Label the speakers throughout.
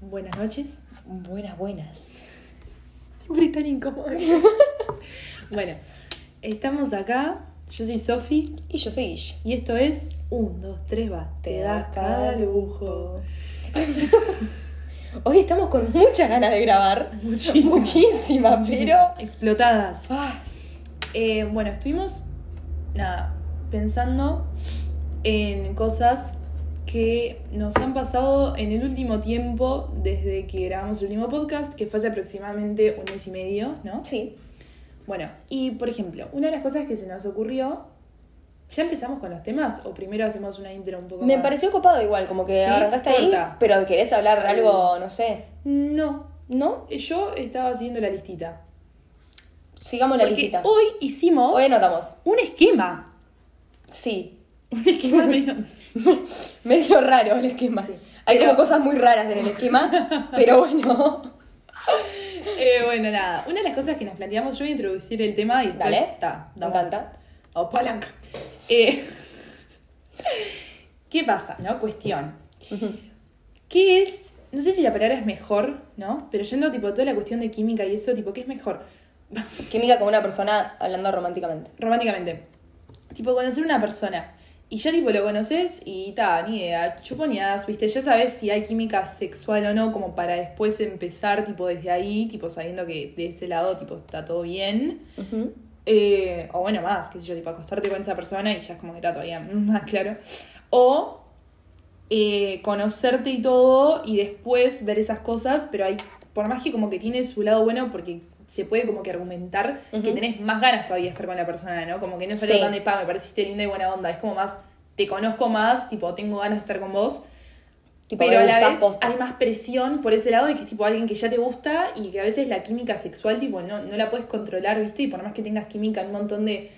Speaker 1: Buenas noches.
Speaker 2: Buenas, buenas.
Speaker 1: Siempre tan incómodo. bueno, estamos acá. Yo soy Sofi
Speaker 2: Y yo soy Ish.
Speaker 1: y esto es 1, 2, 3, va. Te das cada lujo.
Speaker 2: Hoy estamos con muchas ganas de grabar.
Speaker 1: Muchísimas.
Speaker 2: Muchísimas, pero.
Speaker 1: Explotadas.
Speaker 2: ah,
Speaker 1: Eh, bueno, estuvimos nada, pensando en cosas que nos han pasado en el último tiempo desde que grabamos el último podcast, que fue hace aproximadamente un mes y medio, ¿no?
Speaker 2: Sí.
Speaker 1: Bueno, y por ejemplo, una de las cosas que se nos ocurrió, ¿ya empezamos con los temas o primero hacemos una intro un poco
Speaker 2: Me
Speaker 1: más?
Speaker 2: pareció copado igual, como que
Speaker 1: Sí,
Speaker 2: arrancaste ahí.
Speaker 1: corta.
Speaker 2: Pero querés hablar
Speaker 1: Algo.
Speaker 2: algo, no sé.
Speaker 1: No,
Speaker 2: ¿No?
Speaker 1: yo estaba siguiendo la listita.
Speaker 2: Sigamos la
Speaker 1: Porque
Speaker 2: listita.
Speaker 1: hoy hicimos
Speaker 2: Hoy anotamos.
Speaker 1: un esquema.
Speaker 2: Sí.
Speaker 1: Un esquema medio...
Speaker 2: Medio raro el esquema.
Speaker 1: Sí.
Speaker 2: Hay
Speaker 1: Pero-
Speaker 2: como cosas muy raras en el esquema, pero bueno.
Speaker 1: Eh, bueno, nada. Una de las cosas que nos planteamos, yo voy a introducir el tema y después
Speaker 2: Dale.
Speaker 1: está.
Speaker 2: Me encanta.
Speaker 1: O palanca. Eh, ¿Qué pasa, no? Cuestión. ¿Qué es? No sé si la palabra es mejor, ¿no? Pero yendo tipo toda la cuestión de química y eso, tipo, ¿qué es mejor?
Speaker 2: Química con una persona hablando románticamente.
Speaker 1: Románticamente. Tipo, conocer una persona. Y ya tipo lo conoces y ta, ni idea, chuponeadas, viste, ya sabes si hay química sexual o no, como para después empezar, tipo, desde ahí, tipo, sabiendo que de ese lado, tipo, está todo bien.
Speaker 2: Ujú.
Speaker 1: Eh, o bueno, más, qué sé yo, tipo acostarte con esa persona y ya es como que está todavía más claro. O eh, conocerte y todo y después ver esas cosas, pero hay, por más que como que tiene su lado bueno porque se puede como que argumentar que
Speaker 2: Ujú.
Speaker 1: tenés más ganas todavía de estar con la persona, ¿no? Como que no es algo
Speaker 2: Sí.
Speaker 1: tan de pa, me pareciste linda y buena onda, es como más, te conozco más, tipo, tengo ganas de estar con vos,
Speaker 2: Tipo,
Speaker 1: pero a
Speaker 2: me
Speaker 1: la
Speaker 2: gustás
Speaker 1: vez
Speaker 2: posta.
Speaker 1: hay más presión por ese lado de que es tipo alguien que ya te gusta y que a veces la química sexual tipo no, no la puedes controlar, ¿viste? Y por más que tengas química en un montón de,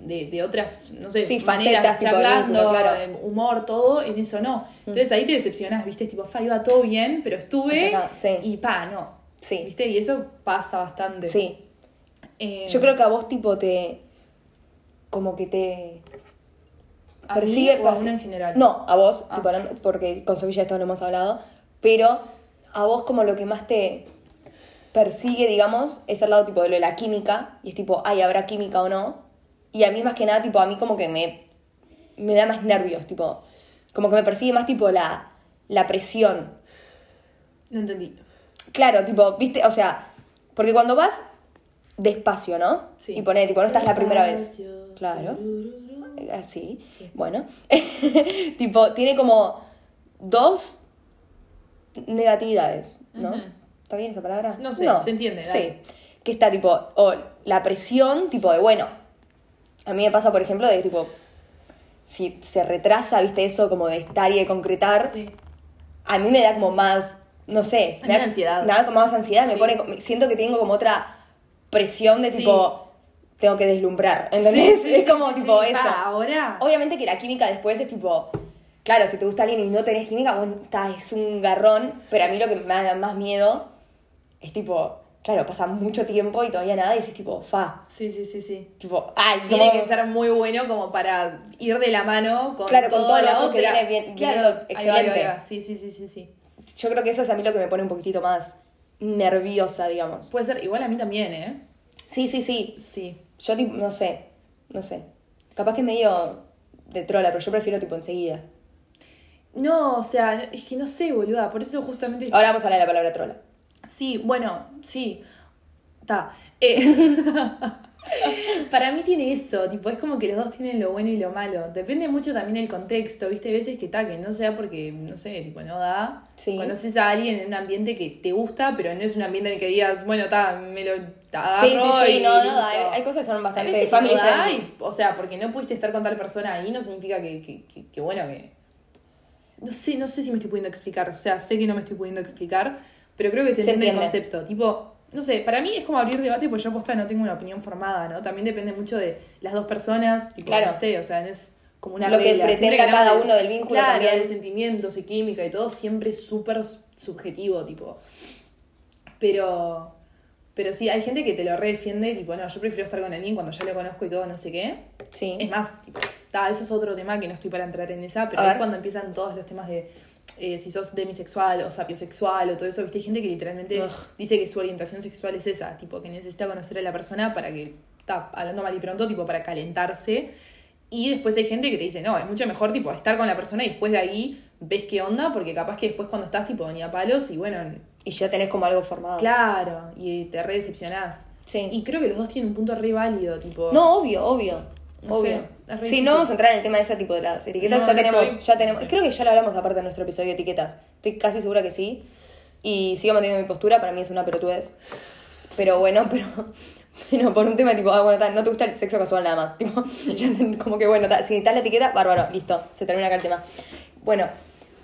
Speaker 1: de, de otras, no sé,
Speaker 2: Sí,
Speaker 1: maneras,
Speaker 2: facetas, tipo,
Speaker 1: charlando,
Speaker 2: vínculo, claro. Mm.
Speaker 1: eh, humor, todo, en eso no. Entonces ahí te decepcionás, ¿viste? Es tipo, fa, iba todo bien, pero estuve
Speaker 2: Hasta acá, sí.
Speaker 1: y pa, no.
Speaker 2: Sí.
Speaker 1: ¿Viste? Y eso pasa bastante.
Speaker 2: Sí.
Speaker 1: Eh,
Speaker 2: Yo creo que a vos tipo te... Como que te...
Speaker 1: ¿a mí
Speaker 2: Persigue...
Speaker 1: o a
Speaker 2: persi-
Speaker 1: uno en general.
Speaker 2: No, a vos,
Speaker 1: Ah.
Speaker 2: tipo, hablando- porque con Sofía esto lo hemos hablado, pero a vos como lo que más te persigue, digamos, es al lado tipo de lo de la química, y es tipo, ay, ¿habrá química o no? Y a mí más que nada, tipo, a mí como que me, me da más nervios, tipo, como que me persigue más tipo la, la presión,
Speaker 1: No entendí.
Speaker 2: Claro, tipo, viste, o sea, porque cuando vas despacio, ¿no?
Speaker 1: Sí.
Speaker 2: Y poné, tipo, no estás la primera vez.
Speaker 1: Despacio,
Speaker 2: Claro.
Speaker 1: tururú.
Speaker 2: Eh, Así.
Speaker 1: Sí.
Speaker 2: Bueno. tipo, tiene como dos negatividades, ¿no?
Speaker 1: Ujú.
Speaker 2: ¿Está bien esa palabra?
Speaker 1: No sé, se entiende,
Speaker 2: Sí.
Speaker 1: dale.
Speaker 2: Que está tipo, o la presión, tipo de, bueno, a mí me pasa, por ejemplo, de tipo, si se retrasa, viste, eso como de estar y de concretar,
Speaker 1: Sí.
Speaker 2: a mí me da como más, no sé,
Speaker 1: A mí
Speaker 2: me da
Speaker 1: la ansiedad.
Speaker 2: Me da como más ansiedad, me
Speaker 1: Sí.
Speaker 2: pone, como- siento que tengo como otra presión de
Speaker 1: Sí.
Speaker 2: tipo, tengo que deslumbrar, ¿entendés?
Speaker 1: Sí, sí,
Speaker 2: es
Speaker 1: sí,
Speaker 2: como
Speaker 1: sí,
Speaker 2: tipo
Speaker 1: sí,
Speaker 2: eso.
Speaker 1: pa, ahora.
Speaker 2: Obviamente que la química después es tipo, claro, si te gusta alguien y no tenés química, bueno, está, es un garrón, pero a mí lo que me da más miedo es tipo, claro, pasa mucho tiempo y todavía nada y dices tipo, fa,
Speaker 1: Sí, sí, sí, sí.
Speaker 2: tipo, ay,
Speaker 1: Tiene
Speaker 2: como-
Speaker 1: que ser muy bueno como para ir de la mano con,
Speaker 2: Claro, con
Speaker 1: toda
Speaker 2: todo lo
Speaker 1: la
Speaker 2: otro que
Speaker 1: otra.
Speaker 2: viene bien-
Speaker 1: Claro,
Speaker 2: viniendo
Speaker 1: ahí va, ahí va, ahí va.
Speaker 2: excelente.
Speaker 1: Sí, sí, sí, sí, sí.
Speaker 2: Yo creo que eso es a mí lo que me pone un poquitito más nerviosa, digamos.
Speaker 1: Puede ser, igual a mí también, ¿eh?
Speaker 2: Sí, sí, sí,
Speaker 1: Sí.
Speaker 2: Yo tipo, no sé, no sé. Capaz que es medio de trola, pero yo prefiero tipo enseguida.
Speaker 1: No, o sea, es que no sé, boluda, por eso justamente...
Speaker 2: Ahora vamos a hablar de la palabra trola.
Speaker 1: Sí, bueno, sí. Está. Eh, Para mí tiene eso, tipo, es como que los dos tienen lo bueno y lo malo. Depende mucho también del contexto, ¿viste? Hay veces que ta, que no sea porque, no sé, tipo, no da.
Speaker 2: Sí.
Speaker 1: Conoces a alguien en un ambiente que te gusta, pero no es un ambiente en el que digas, bueno, ta, me lo agarro
Speaker 2: Sí, sí, sí,
Speaker 1: y
Speaker 2: no, no,
Speaker 1: listo.
Speaker 2: hay, hay cosas que son
Speaker 1: Hay
Speaker 2: bastante
Speaker 1: veces que
Speaker 2: family
Speaker 1: no da
Speaker 2: friendly.
Speaker 1: y, o sea, porque no pudiste estar con tal persona ahí no significa que, que, que- que bueno, que... No sé, no sé si me estoy pudiendo explicar, o sea, sé que no me estoy pudiendo explicar, pero creo que se,
Speaker 2: Se
Speaker 1: entiende, el
Speaker 2: entiende.
Speaker 1: concepto. Tipo, no sé, para mí es como abrir debate porque yo posta no tengo una opinión formada, ¿no? También depende mucho de las dos personas, tipo,
Speaker 2: Claro.
Speaker 1: no sé, o sea, no es como una
Speaker 2: Lo que
Speaker 1: regla. Siempre
Speaker 2: pretenda
Speaker 1: que hablamos
Speaker 2: cada
Speaker 1: de-
Speaker 2: uno del vínculo
Speaker 1: claro,
Speaker 2: también.
Speaker 1: de sentimientos y química y todo, siempre es súper subjetivo, tipo. Pero. Pero sí, hay gente que te lo redefiende, tipo, no, yo prefiero estar con alguien cuando ya lo conozco y todo, no sé qué.
Speaker 2: Sí.
Speaker 1: Es más, tipo, ta, eso es otro tema que no estoy para entrar en esa, pero
Speaker 2: A
Speaker 1: ahí es
Speaker 2: ver.
Speaker 1: cuando empiezan todos los temas de eh, si sos demisexual o sapiosexual o todo eso, viste, hay gente que literalmente
Speaker 2: Ugh.
Speaker 1: dice que su orientación sexual es esa, tipo, que necesita conocer a la persona para que, está hablando mal y pronto, tipo, para calentarse. Y después hay gente que te dice, no, es mucho mejor, tipo, estar con la persona y después de ahí ves qué onda, porque capaz que después cuando estás, tipo, ni a palos y bueno,
Speaker 2: Y ya tenés como algo formado.
Speaker 1: claro, y te re decepcionás.
Speaker 2: Sí.
Speaker 1: Y creo que los dos tienen un punto re válido, tipo...
Speaker 2: No, obvio, obvio.
Speaker 1: No sé,
Speaker 2: obvio.
Speaker 1: es re
Speaker 2: sí,
Speaker 1: difícil.
Speaker 2: no vamos a entrar en el tema de ese tipo de las etiquetas.
Speaker 1: No,
Speaker 2: ya
Speaker 1: no
Speaker 2: tenemos,
Speaker 1: estoy-
Speaker 2: ya tenemos. Creo que ya lo hablamos aparte en nuestro episodio de etiquetas. Estoy casi segura que sí. Y sigo manteniendo mi postura, para mí es una pelotudez. Pero bueno, pero. Pero por un tema tipo, ah, bueno, ta, no te gusta el sexo casual nada más. Tipo, ya ten- como que bueno, ta, si está la etiqueta, bárbaro, listo, se termina acá el tema. Bueno,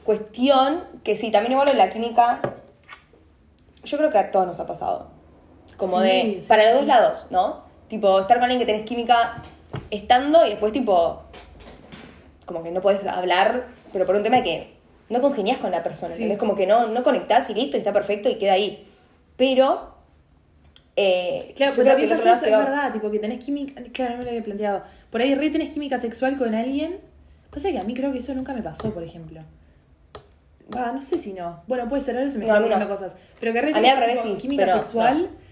Speaker 2: cuestión que sí, también igual en la química. Yo creo que a todos nos ha pasado. Como
Speaker 1: Sí,
Speaker 2: de.
Speaker 1: sí,
Speaker 2: para los dos
Speaker 1: sí.
Speaker 2: lados, ¿no? Tipo, estar con alguien que tenés química estando y después, tipo. Como que no podés hablar, pero por un tema de que no congenias con la persona,
Speaker 1: Sí.
Speaker 2: ¿entendés? Como que no, no conectás y listo, y está perfecto y queda ahí. Pero. eh,
Speaker 1: Claro, pero
Speaker 2: yo creo
Speaker 1: también
Speaker 2: que el
Speaker 1: pasa eso,
Speaker 2: otro
Speaker 1: es
Speaker 2: lado
Speaker 1: verdad, tipo que tenés química, claro, no me lo había planteado. Por ahí re tenés química sexual con alguien. Pasa que a mí creo que eso nunca me pasó, por ejemplo. Va, no sé si no. Bueno, puede ser, ahora se me
Speaker 2: No,
Speaker 1: están
Speaker 2: a mí
Speaker 1: ocurriendo
Speaker 2: no.
Speaker 1: cosas. Pero que re
Speaker 2: mí
Speaker 1: tenés
Speaker 2: al revés
Speaker 1: tipo
Speaker 2: sí,
Speaker 1: química
Speaker 2: pero
Speaker 1: sexual.
Speaker 2: no.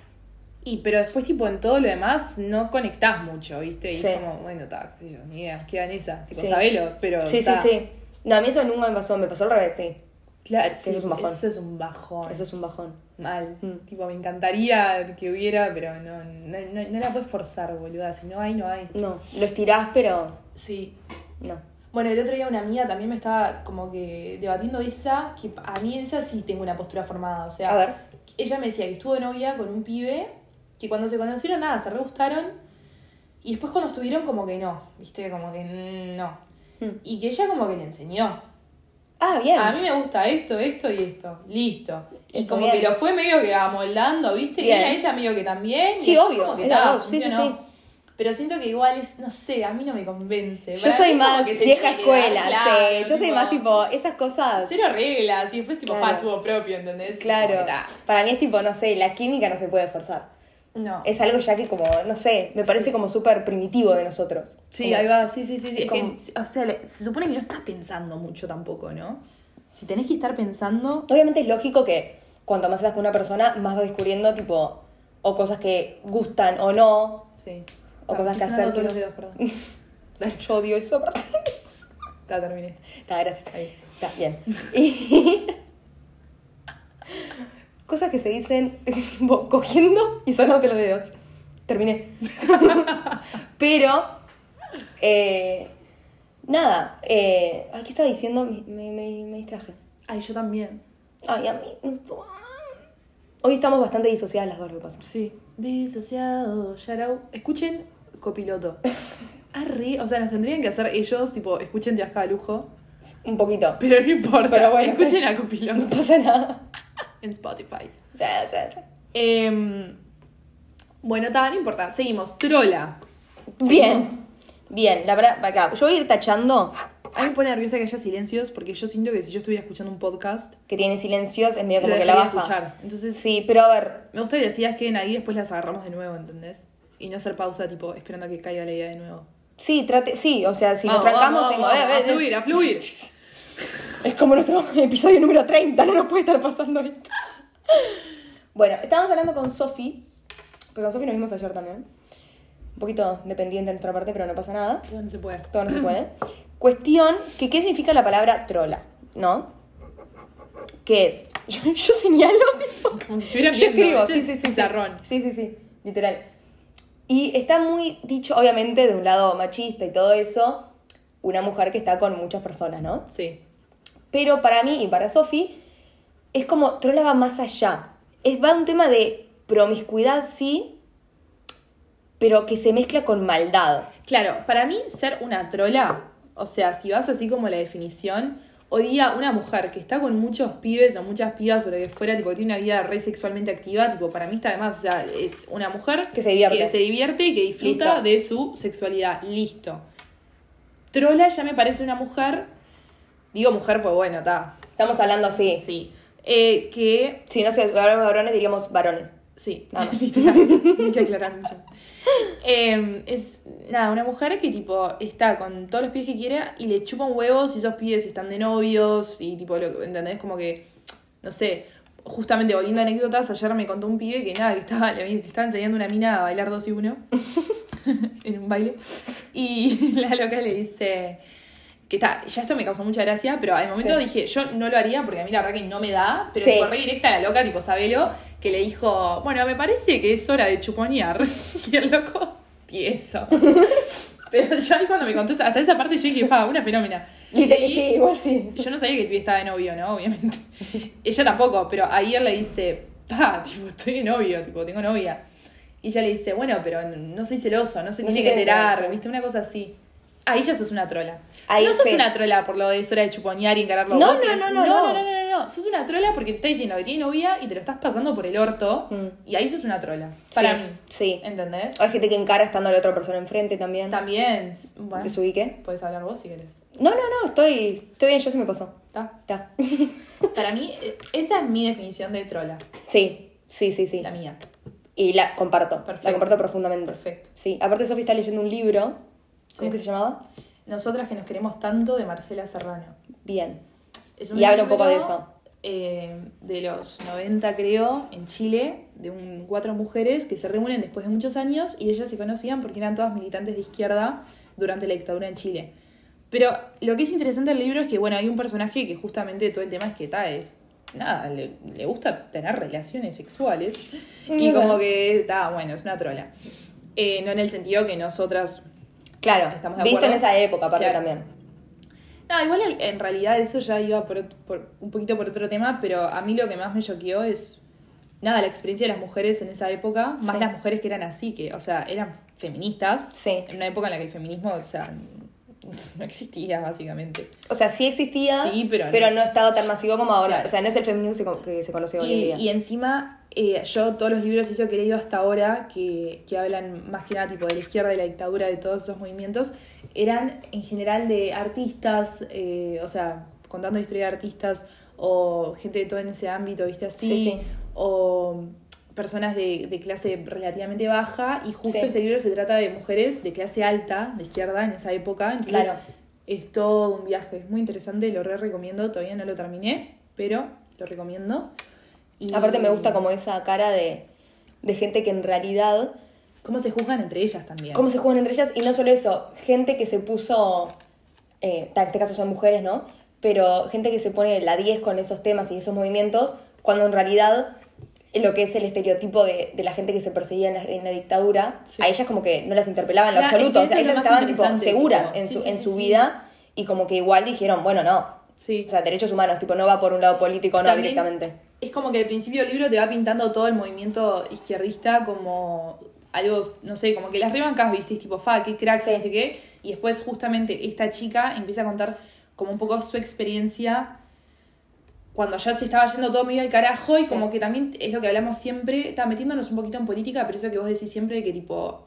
Speaker 1: Y pero después tipo en todo lo demás no conectás mucho, ¿viste? Y
Speaker 2: Sí.
Speaker 1: es como, bueno, ta, qué sé yo, ni idea, queda en esa, tipo
Speaker 2: Sí.
Speaker 1: sabelo, pero
Speaker 2: Sí, sí,
Speaker 1: ta.
Speaker 2: sí. No, a mí eso nunca me pasó, me pasó al revés, sí.
Speaker 1: Claro, sí,
Speaker 2: eso es un bajón.
Speaker 1: Eso es un bajón.
Speaker 2: Eso es un bajón.
Speaker 1: Mal.
Speaker 2: Mm.
Speaker 1: Tipo, me encantaría que hubiera, pero no, no, no, no la puedes forzar, boluda. Si no hay, no hay.
Speaker 2: No, lo estirás, pero
Speaker 1: Sí.
Speaker 2: no.
Speaker 1: Bueno, el otro día una amiga también me estaba como que debatiendo esa, que a mí esa sí tengo una postura formada. O sea,
Speaker 2: A ver.
Speaker 1: ella me decía que estuvo de novia con un pibe, que cuando se conocieron nada, se re gustaron, y después cuando estuvieron como que no, viste, como que mm, no.
Speaker 2: Hmm.
Speaker 1: Y que ella como que le enseñó.
Speaker 2: Ah, bien.
Speaker 1: A mí me gusta esto, esto y esto. Listo. Y
Speaker 2: Eso,
Speaker 1: como
Speaker 2: bien.
Speaker 1: que lo fue medio que amoldando, ¿viste?
Speaker 2: Bien.
Speaker 1: Y a ella medio que también.
Speaker 2: Sí,
Speaker 1: y es
Speaker 2: obvio,
Speaker 1: como que
Speaker 2: es la
Speaker 1: ta,
Speaker 2: voz, sí, sí,
Speaker 1: funcionó.
Speaker 2: sí.
Speaker 1: Pero siento que igual es, no sé, a mí no me convence.
Speaker 2: Yo
Speaker 1: Para mí
Speaker 2: soy
Speaker 1: es como
Speaker 2: más
Speaker 1: que se tiene
Speaker 2: vieja
Speaker 1: que dar,
Speaker 2: escuela,
Speaker 1: claro,
Speaker 2: sí. Yo soy más tipo, esas cosas.
Speaker 1: Cero reglas y después tipo
Speaker 2: Claro.
Speaker 1: fatuo propio, ¿entendés? Como
Speaker 2: Claro.
Speaker 1: que ta.
Speaker 2: Para mí es tipo, no sé, la química no se puede forzar.
Speaker 1: No.
Speaker 2: Es algo ya que como, no sé, me parece
Speaker 1: Sí.
Speaker 2: como súper primitivo de nosotros.
Speaker 1: Sí,
Speaker 2: Como
Speaker 1: ahí
Speaker 2: es-
Speaker 1: va, sí, sí, sí. sí.
Speaker 2: es
Speaker 1: Es que,
Speaker 2: como-
Speaker 1: o sea, le- se supone que no estás pensando mucho tampoco, ¿no? Si tenés que estar pensando.
Speaker 2: Obviamente es lógico que cuanto más estás con una persona, más vas descubriendo tipo, o cosas que gustan o no.
Speaker 1: Sí.
Speaker 2: O
Speaker 1: Ah,
Speaker 2: cosas
Speaker 1: estoy
Speaker 2: que
Speaker 1: sonando
Speaker 2: hacer,
Speaker 1: todos los
Speaker 2: tipo-
Speaker 1: dedos, perdón. Dale,
Speaker 2: Yo odio eso.
Speaker 1: ya terminé.
Speaker 2: Está, Ah, gracias.
Speaker 1: Ahí.
Speaker 2: Está, bien. Y- Cosas que se dicen tipo, cogiendo y sonándote los dedos. Terminé. Pero, eh, nada. Eh, ay, ¿Qué estaba diciendo? Me, me- me- me distraje.
Speaker 1: Ay, yo también.
Speaker 2: Ay, a mí. Hoy estamos bastante disociadas las dos, lo que pasa.
Speaker 1: Sí. Disociado, Yarau. Escuchen copiloto. Arre, o sea, nos tendrían que hacer ellos, tipo, escuchen de asca a lujo.
Speaker 2: Un poquito.
Speaker 1: Pero no importa.
Speaker 2: Pero bueno.
Speaker 1: Escuchen a
Speaker 2: No
Speaker 1: copiloto
Speaker 2: pasa nada.
Speaker 1: en Spotify.
Speaker 2: Ya, ya, ya.
Speaker 1: Em, bueno, ta, no importa. Seguimos. Trola.
Speaker 2: Bien.
Speaker 1: Seguimos.
Speaker 2: Bien, la verdad, acá. Yo voy a ir tachando
Speaker 1: A mí me pone nerviosa que haya silencios porque yo siento que si yo estuviera escuchando un podcast,
Speaker 2: que tiene silencios, es medio como
Speaker 1: lo
Speaker 2: que la
Speaker 1: dejaría
Speaker 2: baja.
Speaker 1: escuchar. Entonces,
Speaker 2: Sí, pero a ver,
Speaker 1: me gusta que las ideas queden ahí y después las agarramos de nuevo, ¿entendés? Y no hacer pausa, tipo, esperando a que caiga la idea de nuevo.
Speaker 2: sí, trate, sí, o sea, si
Speaker 1: Vamos,
Speaker 2: nos trancamos
Speaker 1: vamos,
Speaker 2: en-
Speaker 1: vamos,
Speaker 2: eh,
Speaker 1: a
Speaker 2: eh, eh,
Speaker 1: fluir, a fluir.
Speaker 2: es como nuestro episodio número 30, no nos puede estar pasando esto. Bueno, estábamos hablando con Sofi, porque con Sofi nos vimos ayer también. Un poquito dependiente de nuestra parte, pero no pasa nada.
Speaker 1: Todo no se puede.
Speaker 2: Todo no se puede. Cuestión, que ¿qué significa la palabra trola? ¿No? ¿Qué es? Yo, yo señalo, tipo,
Speaker 1: Como si estuvieran
Speaker 2: Yo
Speaker 1: viendo,
Speaker 2: escribo,
Speaker 1: ¿viste?
Speaker 2: sí, sí, sí. sí.
Speaker 1: Pizarrón.
Speaker 2: Sí, sí, sí, literal. Y está muy dicho, obviamente, de un lado machista y todo eso, una mujer que está con muchas personas, ¿no?
Speaker 1: Sí.
Speaker 2: Pero para mí y para Sofi, es como trola va más allá. Es, va un tema de promiscuidad, sí, pero que se mezcla con maldad.
Speaker 1: Claro, para mí ser una trola, o sea, si vas así como la definición, hoy día una mujer que está con muchos pibes o muchas pibas o lo que fuera, tipo que tiene una vida re sexualmente activa, tipo para mí está además, o sea, es una mujer
Speaker 2: Que se divierte.
Speaker 1: que se divierte y que disfruta
Speaker 2: Listo.
Speaker 1: de su sexualidad, listo. Trola ya me parece una mujer, digo mujer, pues bueno, está,
Speaker 2: Estamos hablando así.
Speaker 1: sí, eh, que
Speaker 2: Si no se hablamos de varones, diríamos varones.
Speaker 1: Ah, Sí,
Speaker 2: Nada más.
Speaker 1: literal. Hay que aclarar mucho. Eh, es, nada, una mujer que, tipo, está con todos los pies que quiera y le chupa un huevo si esos pies están de novios y, tipo, lo, ¿entendés? Como que, no sé, justamente volviendo a anécdotas, ayer me contó un pibe que, nada, que estaba, le había- estaba enseñando una mina a bailar dos y uno en un baile y la loca le dice... Que está, ya esto me causó mucha gracia, pero al momento
Speaker 2: Sí.
Speaker 1: dije, yo no lo haría porque a mí la verdad que no me da, pero
Speaker 2: Sí.
Speaker 1: tipo, re directa a la loca, tipo Sabelo, que le dijo, bueno, me parece que es hora de chuponear. Y el loco, tieso. Pero yo ahí cuando me contó, esa- hasta esa parte yo dije, fa, una fenómena.
Speaker 2: Y te-
Speaker 1: Y-
Speaker 2: sí, igual sí.
Speaker 1: Yo no sabía que el pibe estaba de novio, ¿no? Obviamente. Ella tampoco, pero ahí él le dice, pa, tipo, estoy de novio, tipo, tengo novia. Y ella le dice, bueno, pero no soy celoso, no se
Speaker 2: No
Speaker 1: tiene
Speaker 2: se
Speaker 1: que
Speaker 2: tiene que
Speaker 1: enterar,
Speaker 2: enterar, sí.
Speaker 1: ¿viste? Una cosa así. Ahí ya sos una trola.
Speaker 2: Ahí
Speaker 1: no sos
Speaker 2: sí.
Speaker 1: una trola por lo de es hora de chuponear y encararlo.
Speaker 2: No,
Speaker 1: vos y-
Speaker 2: no, no,
Speaker 1: no,
Speaker 2: no,
Speaker 1: no,
Speaker 2: no.
Speaker 1: no, no, no, no. Sos una trola porque te está diciendo que tiene novia y te lo estás pasando por el orto.
Speaker 2: Mm.
Speaker 1: Y ahí sos una trola. Para
Speaker 2: Sí,
Speaker 1: mí.
Speaker 2: Sí.
Speaker 1: ¿Entendés?
Speaker 2: Hay gente que encara estando a la otra persona enfrente también.
Speaker 1: También. Bueno,
Speaker 2: Desubique.
Speaker 1: puedes hablar vos si querés.
Speaker 2: No, no, no, estoy, estoy bien, ya se me pasó.
Speaker 1: ¿Está?
Speaker 2: Está.
Speaker 1: Para mí, eh, esa es mi definición de trola.
Speaker 2: Sí, sí, sí, sí.
Speaker 1: La mía.
Speaker 2: Y la comparto.
Speaker 1: Perfecto.
Speaker 2: La comparto profundamente.
Speaker 1: Perfecto.
Speaker 2: Sí. Aparte, Sofi está leyendo un libro. ¿Cómo
Speaker 1: Sí.
Speaker 2: que se llamaba?
Speaker 1: Nosotras que nos queremos tanto de Marcela Serrano.
Speaker 2: Bien.
Speaker 1: Es
Speaker 2: Y habla un poco de eso.
Speaker 1: eh, de los 90, creo, en Chile, de un- cuatro mujeres que se reúnen después de muchos años y ellas se conocían porque eran todas militantes de izquierda durante la dictadura en Chile. Pero lo que es interesante del libro es que, bueno, hay un personaje que justamente todo el tema es que ta, es. Nada, le, le gusta tener relaciones sexuales. Y
Speaker 2: Bueno.
Speaker 1: como que está, bueno, es una trola. Eh, no en el sentido que nosotras
Speaker 2: Claro,
Speaker 1: Estamos de
Speaker 2: visto en
Speaker 1: acuerdo.
Speaker 2: esa época, aparte
Speaker 1: Claro.
Speaker 2: también.
Speaker 1: No, igual en- en realidad eso ya iba por, ot- por- un poquito por otro tema, pero a mí lo que más me choqueó es, nada, la experiencia de las mujeres en esa época, más
Speaker 2: Sí.
Speaker 1: las mujeres que eran así, que, o sea, eran feministas,
Speaker 2: Sí.
Speaker 1: en una época en la que el feminismo, o sea, no existía básicamente.
Speaker 2: O sea, sí existía,
Speaker 1: Sí, pero no.
Speaker 2: no estaba tan masivo como ahora.
Speaker 1: Claro.
Speaker 2: O sea, no es el feminismo que se con- que se conoce hoy en
Speaker 1: Y,
Speaker 2: día.
Speaker 1: y encima, eh, yo todos los libros eso que he leído hasta ahora, que, que hablan más que nada tipo de la izquierda, de la dictadura, de todos esos movimientos, eran en general de artistas, eh, o sea, contando la historia de artistas o gente de todo en ese ámbito, ¿viste? Así,
Speaker 2: Sí, sí.
Speaker 1: o personas de, de clase relativamente baja, y justo
Speaker 2: Sí.
Speaker 1: este libro se trata de mujeres de clase alta, de izquierda, en esa época, entonces
Speaker 2: Claro.
Speaker 1: es todo un viaje, es muy interesante, lo re recomiendo, todavía no lo terminé, pero lo recomiendo. Y-
Speaker 2: Aparte me gusta como esa cara de, de gente que en realidad...
Speaker 1: cómo se juzgan entre ellas también.
Speaker 2: Cómo se juegan entre ellas. Y no solo eso, gente que se puso... eh, ta- en este caso son mujeres, ¿no? Pero gente que se pone la 10 con esos temas y esos movimientos, cuando en realidad lo que es el estereotipo de, de la gente que se perseguía en la, en la dictadura,
Speaker 1: Sí.
Speaker 2: a ellas como que no las interpelaban en lo
Speaker 1: Claro,
Speaker 2: absoluto.
Speaker 1: es que
Speaker 2: O sea,
Speaker 1: eso es
Speaker 2: ellas
Speaker 1: lo más
Speaker 2: estaban tipo,
Speaker 1: interesante,
Speaker 2: seguras
Speaker 1: tipo,
Speaker 2: en
Speaker 1: sí,
Speaker 2: su,
Speaker 1: sí,
Speaker 2: en
Speaker 1: sí,
Speaker 2: su
Speaker 1: sí.
Speaker 2: vida y como que igual dijeron, bueno, no.
Speaker 1: Sí.
Speaker 2: O sea, derechos humanos, tipo, no va por un lado político, no
Speaker 1: También
Speaker 2: directamente.
Speaker 1: Es como que al principio del libro te va pintando todo el movimiento izquierdista como algo, no sé, como que las rebancas, viste, es tipo, fa, qué crack,
Speaker 2: Sí.
Speaker 1: no sé qué. Y después justamente esta chica empieza a contar como un poco su experiencia cuando ya se estaba yendo todo medio al carajo y
Speaker 2: Sí.
Speaker 1: como que también es lo que hablamos siempre, está metiéndonos un poquito en política, pero eso que vos decís siempre de que tipo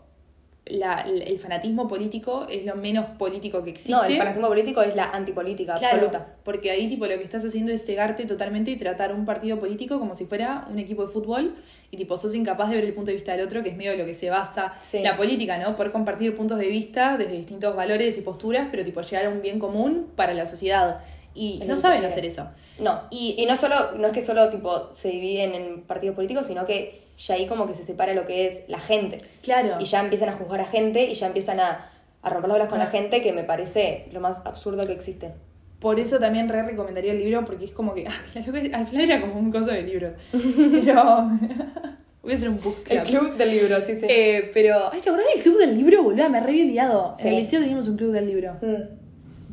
Speaker 1: la- el fanatismo político es lo menos político que existe.
Speaker 2: No, el fanatismo político es la antipolítica
Speaker 1: Claro,
Speaker 2: absoluta.
Speaker 1: porque ahí tipo lo que estás haciendo es cegarte totalmente y tratar un partido político como si fuera un equipo de fútbol y tipo sos incapaz de ver el punto de vista del otro, que es medio lo que se basa
Speaker 2: Sí.
Speaker 1: la política, ¿no? Poder compartir puntos de vista desde distintos valores y posturas, pero tipo llegar a un bien común para la sociedad. Y
Speaker 2: Es lo
Speaker 1: no
Speaker 2: que se
Speaker 1: saben
Speaker 2: quiere.
Speaker 1: hacer eso.
Speaker 2: No, y, y no solo, no es que solo tipo se dividen en partidos políticos, sino que ya ahí como que se separa lo que es la gente.
Speaker 1: Claro.
Speaker 2: Y ya empiezan a juzgar a gente y ya empiezan a, a romper las bolas con la
Speaker 1: Ah.
Speaker 2: gente, que me parece lo más absurdo que existe.
Speaker 1: Por eso también re recomendaría el libro, porque es como que. Al final era como un coso de libros. Pero. Voy a hacer un book club.
Speaker 2: del libro, sí, sí.
Speaker 1: Eh, pero. Ay, ¿te acordás del club del libro, boluda? Me re había olvidado.
Speaker 2: Sí.
Speaker 1: En el liceo teníamos un club del libro.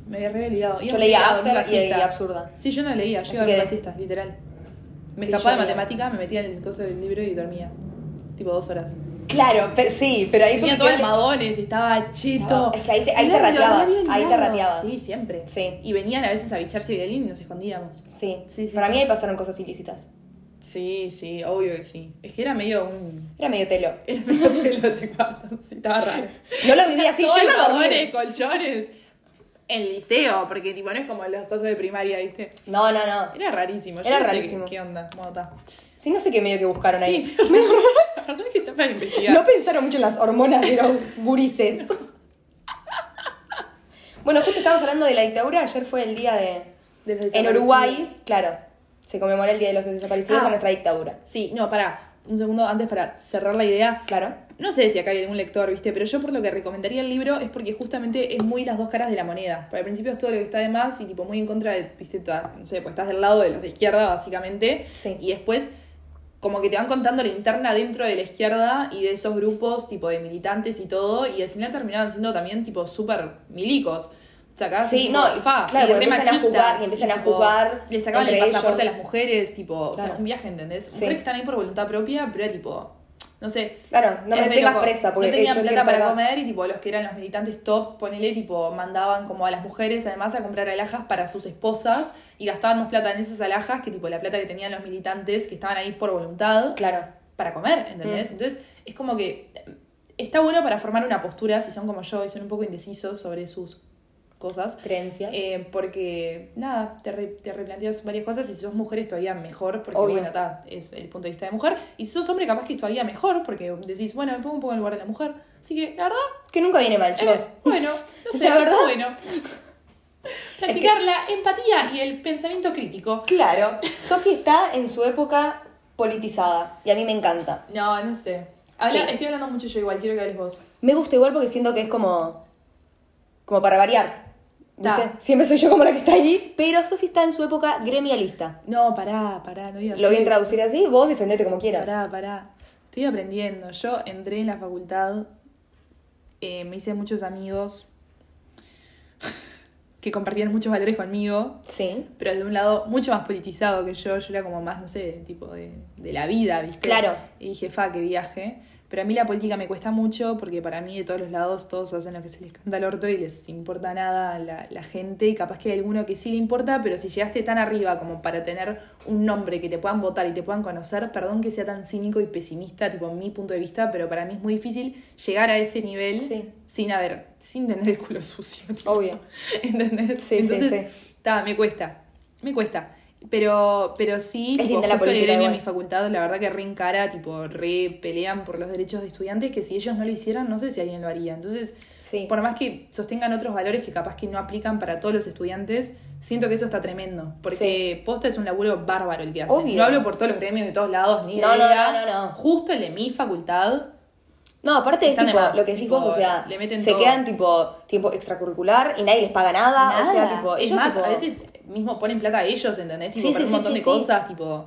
Speaker 1: Me había re olvidado.
Speaker 2: Yo
Speaker 1: Íbamos
Speaker 2: leía
Speaker 1: a dormir
Speaker 2: After y,
Speaker 1: la
Speaker 2: y
Speaker 1: siesta.
Speaker 2: Absurda.
Speaker 1: Sí, yo no leía, yo
Speaker 2: Así
Speaker 1: iba a dormir
Speaker 2: que-
Speaker 1: la siesta, literal. Me
Speaker 2: Sí,
Speaker 1: escapaba
Speaker 2: yo
Speaker 1: de
Speaker 2: leía.
Speaker 1: matemática, me metía en el coso del libro y dormía. Tipo dos horas.
Speaker 2: Claro, pero, sí, pero ahí
Speaker 1: Tenía
Speaker 2: porque
Speaker 1: todo el
Speaker 2: le-
Speaker 1: madones y estaba cheto.
Speaker 2: No, es que ahí te- ahí te
Speaker 1: Claro,
Speaker 2: rateabas,
Speaker 1: había
Speaker 2: ahí te
Speaker 1: olvidado.
Speaker 2: rateabas.
Speaker 1: Sí, siempre.
Speaker 2: Sí.
Speaker 1: Y venían a veces a bicharse violín y nos escondíamos.
Speaker 2: Sí,
Speaker 1: Sí, sí,
Speaker 2: para
Speaker 1: sí.
Speaker 2: mí ahí pasaron cosas ilícitas.
Speaker 1: Sí, sí, obvio que sí. Es que era medio un.
Speaker 2: Era medio telo.
Speaker 1: Era medio pelo ese cuarto, sí, estaba raro.
Speaker 2: No lo viví así, yo
Speaker 1: Todo el
Speaker 2: iba a dormir.
Speaker 1: madones, colchones. en liceo, porque tipo, no es como las cosas de primaria, ¿viste?
Speaker 2: No, no, no.
Speaker 1: Era rarísimo. Yo
Speaker 2: Era
Speaker 1: no sé
Speaker 2: rarísimo.
Speaker 1: qué, qué onda, cómo está.
Speaker 2: Sí, no sé qué medio que buscaron
Speaker 1: Sí,
Speaker 2: ahí.
Speaker 1: pero la verdad es que está para investigar.
Speaker 2: No pensaron mucho en las hormonas de los gurises. bueno, justo estábamos hablando de la dictadura. Ayer fue el día de...
Speaker 1: De los
Speaker 2: En
Speaker 1: desaparecidos.
Speaker 2: Uruguay, claro, se conmemora el Día de los Desaparecidos
Speaker 1: Ah.
Speaker 2: en nuestra dictadura.
Speaker 1: Sí, no, para un segundo antes para cerrar la idea.
Speaker 2: Claro.
Speaker 1: No sé si acá hay algún lector, ¿viste? Pero yo por lo que recomendaría el libro es porque justamente es muy las dos caras de la moneda. Para el principio es todo lo que está de más y tipo muy en contra de, ¿viste? Toda- no sé, pues estás del lado de los de izquierda básicamente.
Speaker 2: Sí.
Speaker 1: Y después como que te van contando la interna dentro de la izquierda y de esos grupos tipo de militantes y todo. Y al final terminaban siendo también tipo súper milicos. O sea, acá
Speaker 2: Sí,
Speaker 1: son,
Speaker 2: no,
Speaker 1: tipo,
Speaker 2: y-
Speaker 1: y
Speaker 2: claro,
Speaker 1: re
Speaker 2: porque empiezan a
Speaker 1: machistas,
Speaker 2: jugar- y empiezan a
Speaker 1: tipo,
Speaker 2: jugar
Speaker 1: Le sacaban el
Speaker 2: entre
Speaker 1: pasaporte a
Speaker 2: ellos.
Speaker 1: las mujeres, tipo, o
Speaker 2: Claro.
Speaker 1: sea, un viaje, ¿entendés?
Speaker 2: Sí.
Speaker 1: Mujeres que están ahí por voluntad propia, pero tipo, no sé,
Speaker 2: Claro, no
Speaker 1: es
Speaker 2: me
Speaker 1: re
Speaker 2: tengas
Speaker 1: loco.
Speaker 2: presa porque
Speaker 1: Eh, no tenían
Speaker 2: yo quiero
Speaker 1: plata para
Speaker 2: estar acá.
Speaker 1: comer y tipo los que eran los militantes top, ponele, tipo mandaban como a las mujeres además a comprar alhajas para sus esposas y gastaban más plata en esas alhajas que tipo la plata que tenían los militantes que estaban ahí por voluntad
Speaker 2: Claro.
Speaker 1: para comer, ¿entendés?
Speaker 2: Mm.
Speaker 1: Entonces es como que eh, está bueno para formar una postura si son como yo y son un poco indecisos sobre sus cosas.
Speaker 2: Creencias.
Speaker 1: Eh, porque, nada, te, re- te replanteas varias cosas. Y si sos mujer es todavía mejor, porque,
Speaker 2: Obvio.
Speaker 1: bueno, ta, es el punto de vista de mujer. Y si sos hombre, capaz que es todavía mejor, porque decís, bueno, me pongo un poco en el lugar de la mujer. Así que, la verdad,
Speaker 2: que nunca viene mal,
Speaker 1: eh,
Speaker 2: chicos.
Speaker 1: bueno, no sé,
Speaker 2: La
Speaker 1: la
Speaker 2: verdad.
Speaker 1: verdad, bueno. Practicar la empatía y el pensamiento crítico.
Speaker 2: Claro. Sofi está en su época politizada y a mí me encanta.
Speaker 1: No, no sé. Habla-
Speaker 2: Sí.
Speaker 1: Estoy hablando mucho yo igual, quiero que hables vos.
Speaker 2: Me gusta igual porque siento que es como. como para variar. ¿Viste?
Speaker 1: Ta.
Speaker 2: Siempre soy yo como la que está ahí, pero Sofi está en su época gremialista.
Speaker 1: No, pará, pará, no digas
Speaker 2: Lo voy a
Speaker 1: eso.
Speaker 2: traducir así, vos defendete como quieras.
Speaker 1: Pará, pará. Estoy aprendiendo. Yo entré en la facultad, eh, me hice muchos amigos que compartían muchos valores conmigo,
Speaker 2: Sí.
Speaker 1: pero desde un lado mucho más politizado que yo. Yo era como más, no sé, tipo de, de la vida, ¿viste?
Speaker 2: Claro.
Speaker 1: Y dije, fa, que viaje. Pero a mí la política me cuesta mucho porque para mí de todos los lados todos hacen lo que se les canta al orto y les importa nada la, la gente. Y capaz que hay alguno que sí le importa, pero si llegaste tan arriba como para tener un nombre que te puedan votar y te puedan conocer, perdón que sea tan cínico y pesimista, tipo mi punto de vista, pero para mí es muy difícil llegar a ese nivel
Speaker 2: Sí.
Speaker 1: sin haber, sin tener el culo sucio. tipo.
Speaker 2: Obvio.
Speaker 1: ¿Entendés?
Speaker 2: Sí, sí,
Speaker 1: Entonces, ta, me cuesta. Me cuesta. Pero, pero sí,
Speaker 2: Es linda la
Speaker 1: justo en el
Speaker 2: política
Speaker 1: gremio
Speaker 2: igual.
Speaker 1: de mi facultad, la verdad que re encara, tipo, re pelean por los derechos de estudiantes, que si ellos no lo hicieran, no sé si alguien lo haría. Entonces,
Speaker 2: Sí.
Speaker 1: por más que sostengan otros valores que capaz que no aplican para todos los estudiantes, siento que eso está tremendo. Porque posta es un laburo bárbaro el que hacen.
Speaker 2: Obvio.
Speaker 1: No hablo por todos los gremios de todos lados, ni
Speaker 2: No,
Speaker 1: de
Speaker 2: no,
Speaker 1: ella.
Speaker 2: no, no, no.
Speaker 1: Justo el de mi facultad,
Speaker 2: No, aparte es
Speaker 1: Están de
Speaker 2: tipo
Speaker 1: más,
Speaker 2: lo que decís
Speaker 1: tipo,
Speaker 2: vos, o sea,
Speaker 1: le meten
Speaker 2: se
Speaker 1: todo.
Speaker 2: quedan tipo tiempo extracurricular y nadie les paga nada, o sea,
Speaker 1: Nada.
Speaker 2: tipo,
Speaker 1: es
Speaker 2: ellos
Speaker 1: más,
Speaker 2: tipo,
Speaker 1: a veces mismo ponen plata a ellos, ¿entendés? Tipo,
Speaker 2: Sí,
Speaker 1: para
Speaker 2: sí,
Speaker 1: un
Speaker 2: sí,
Speaker 1: montón
Speaker 2: sí,
Speaker 1: de
Speaker 2: sí.
Speaker 1: cosas, tipo,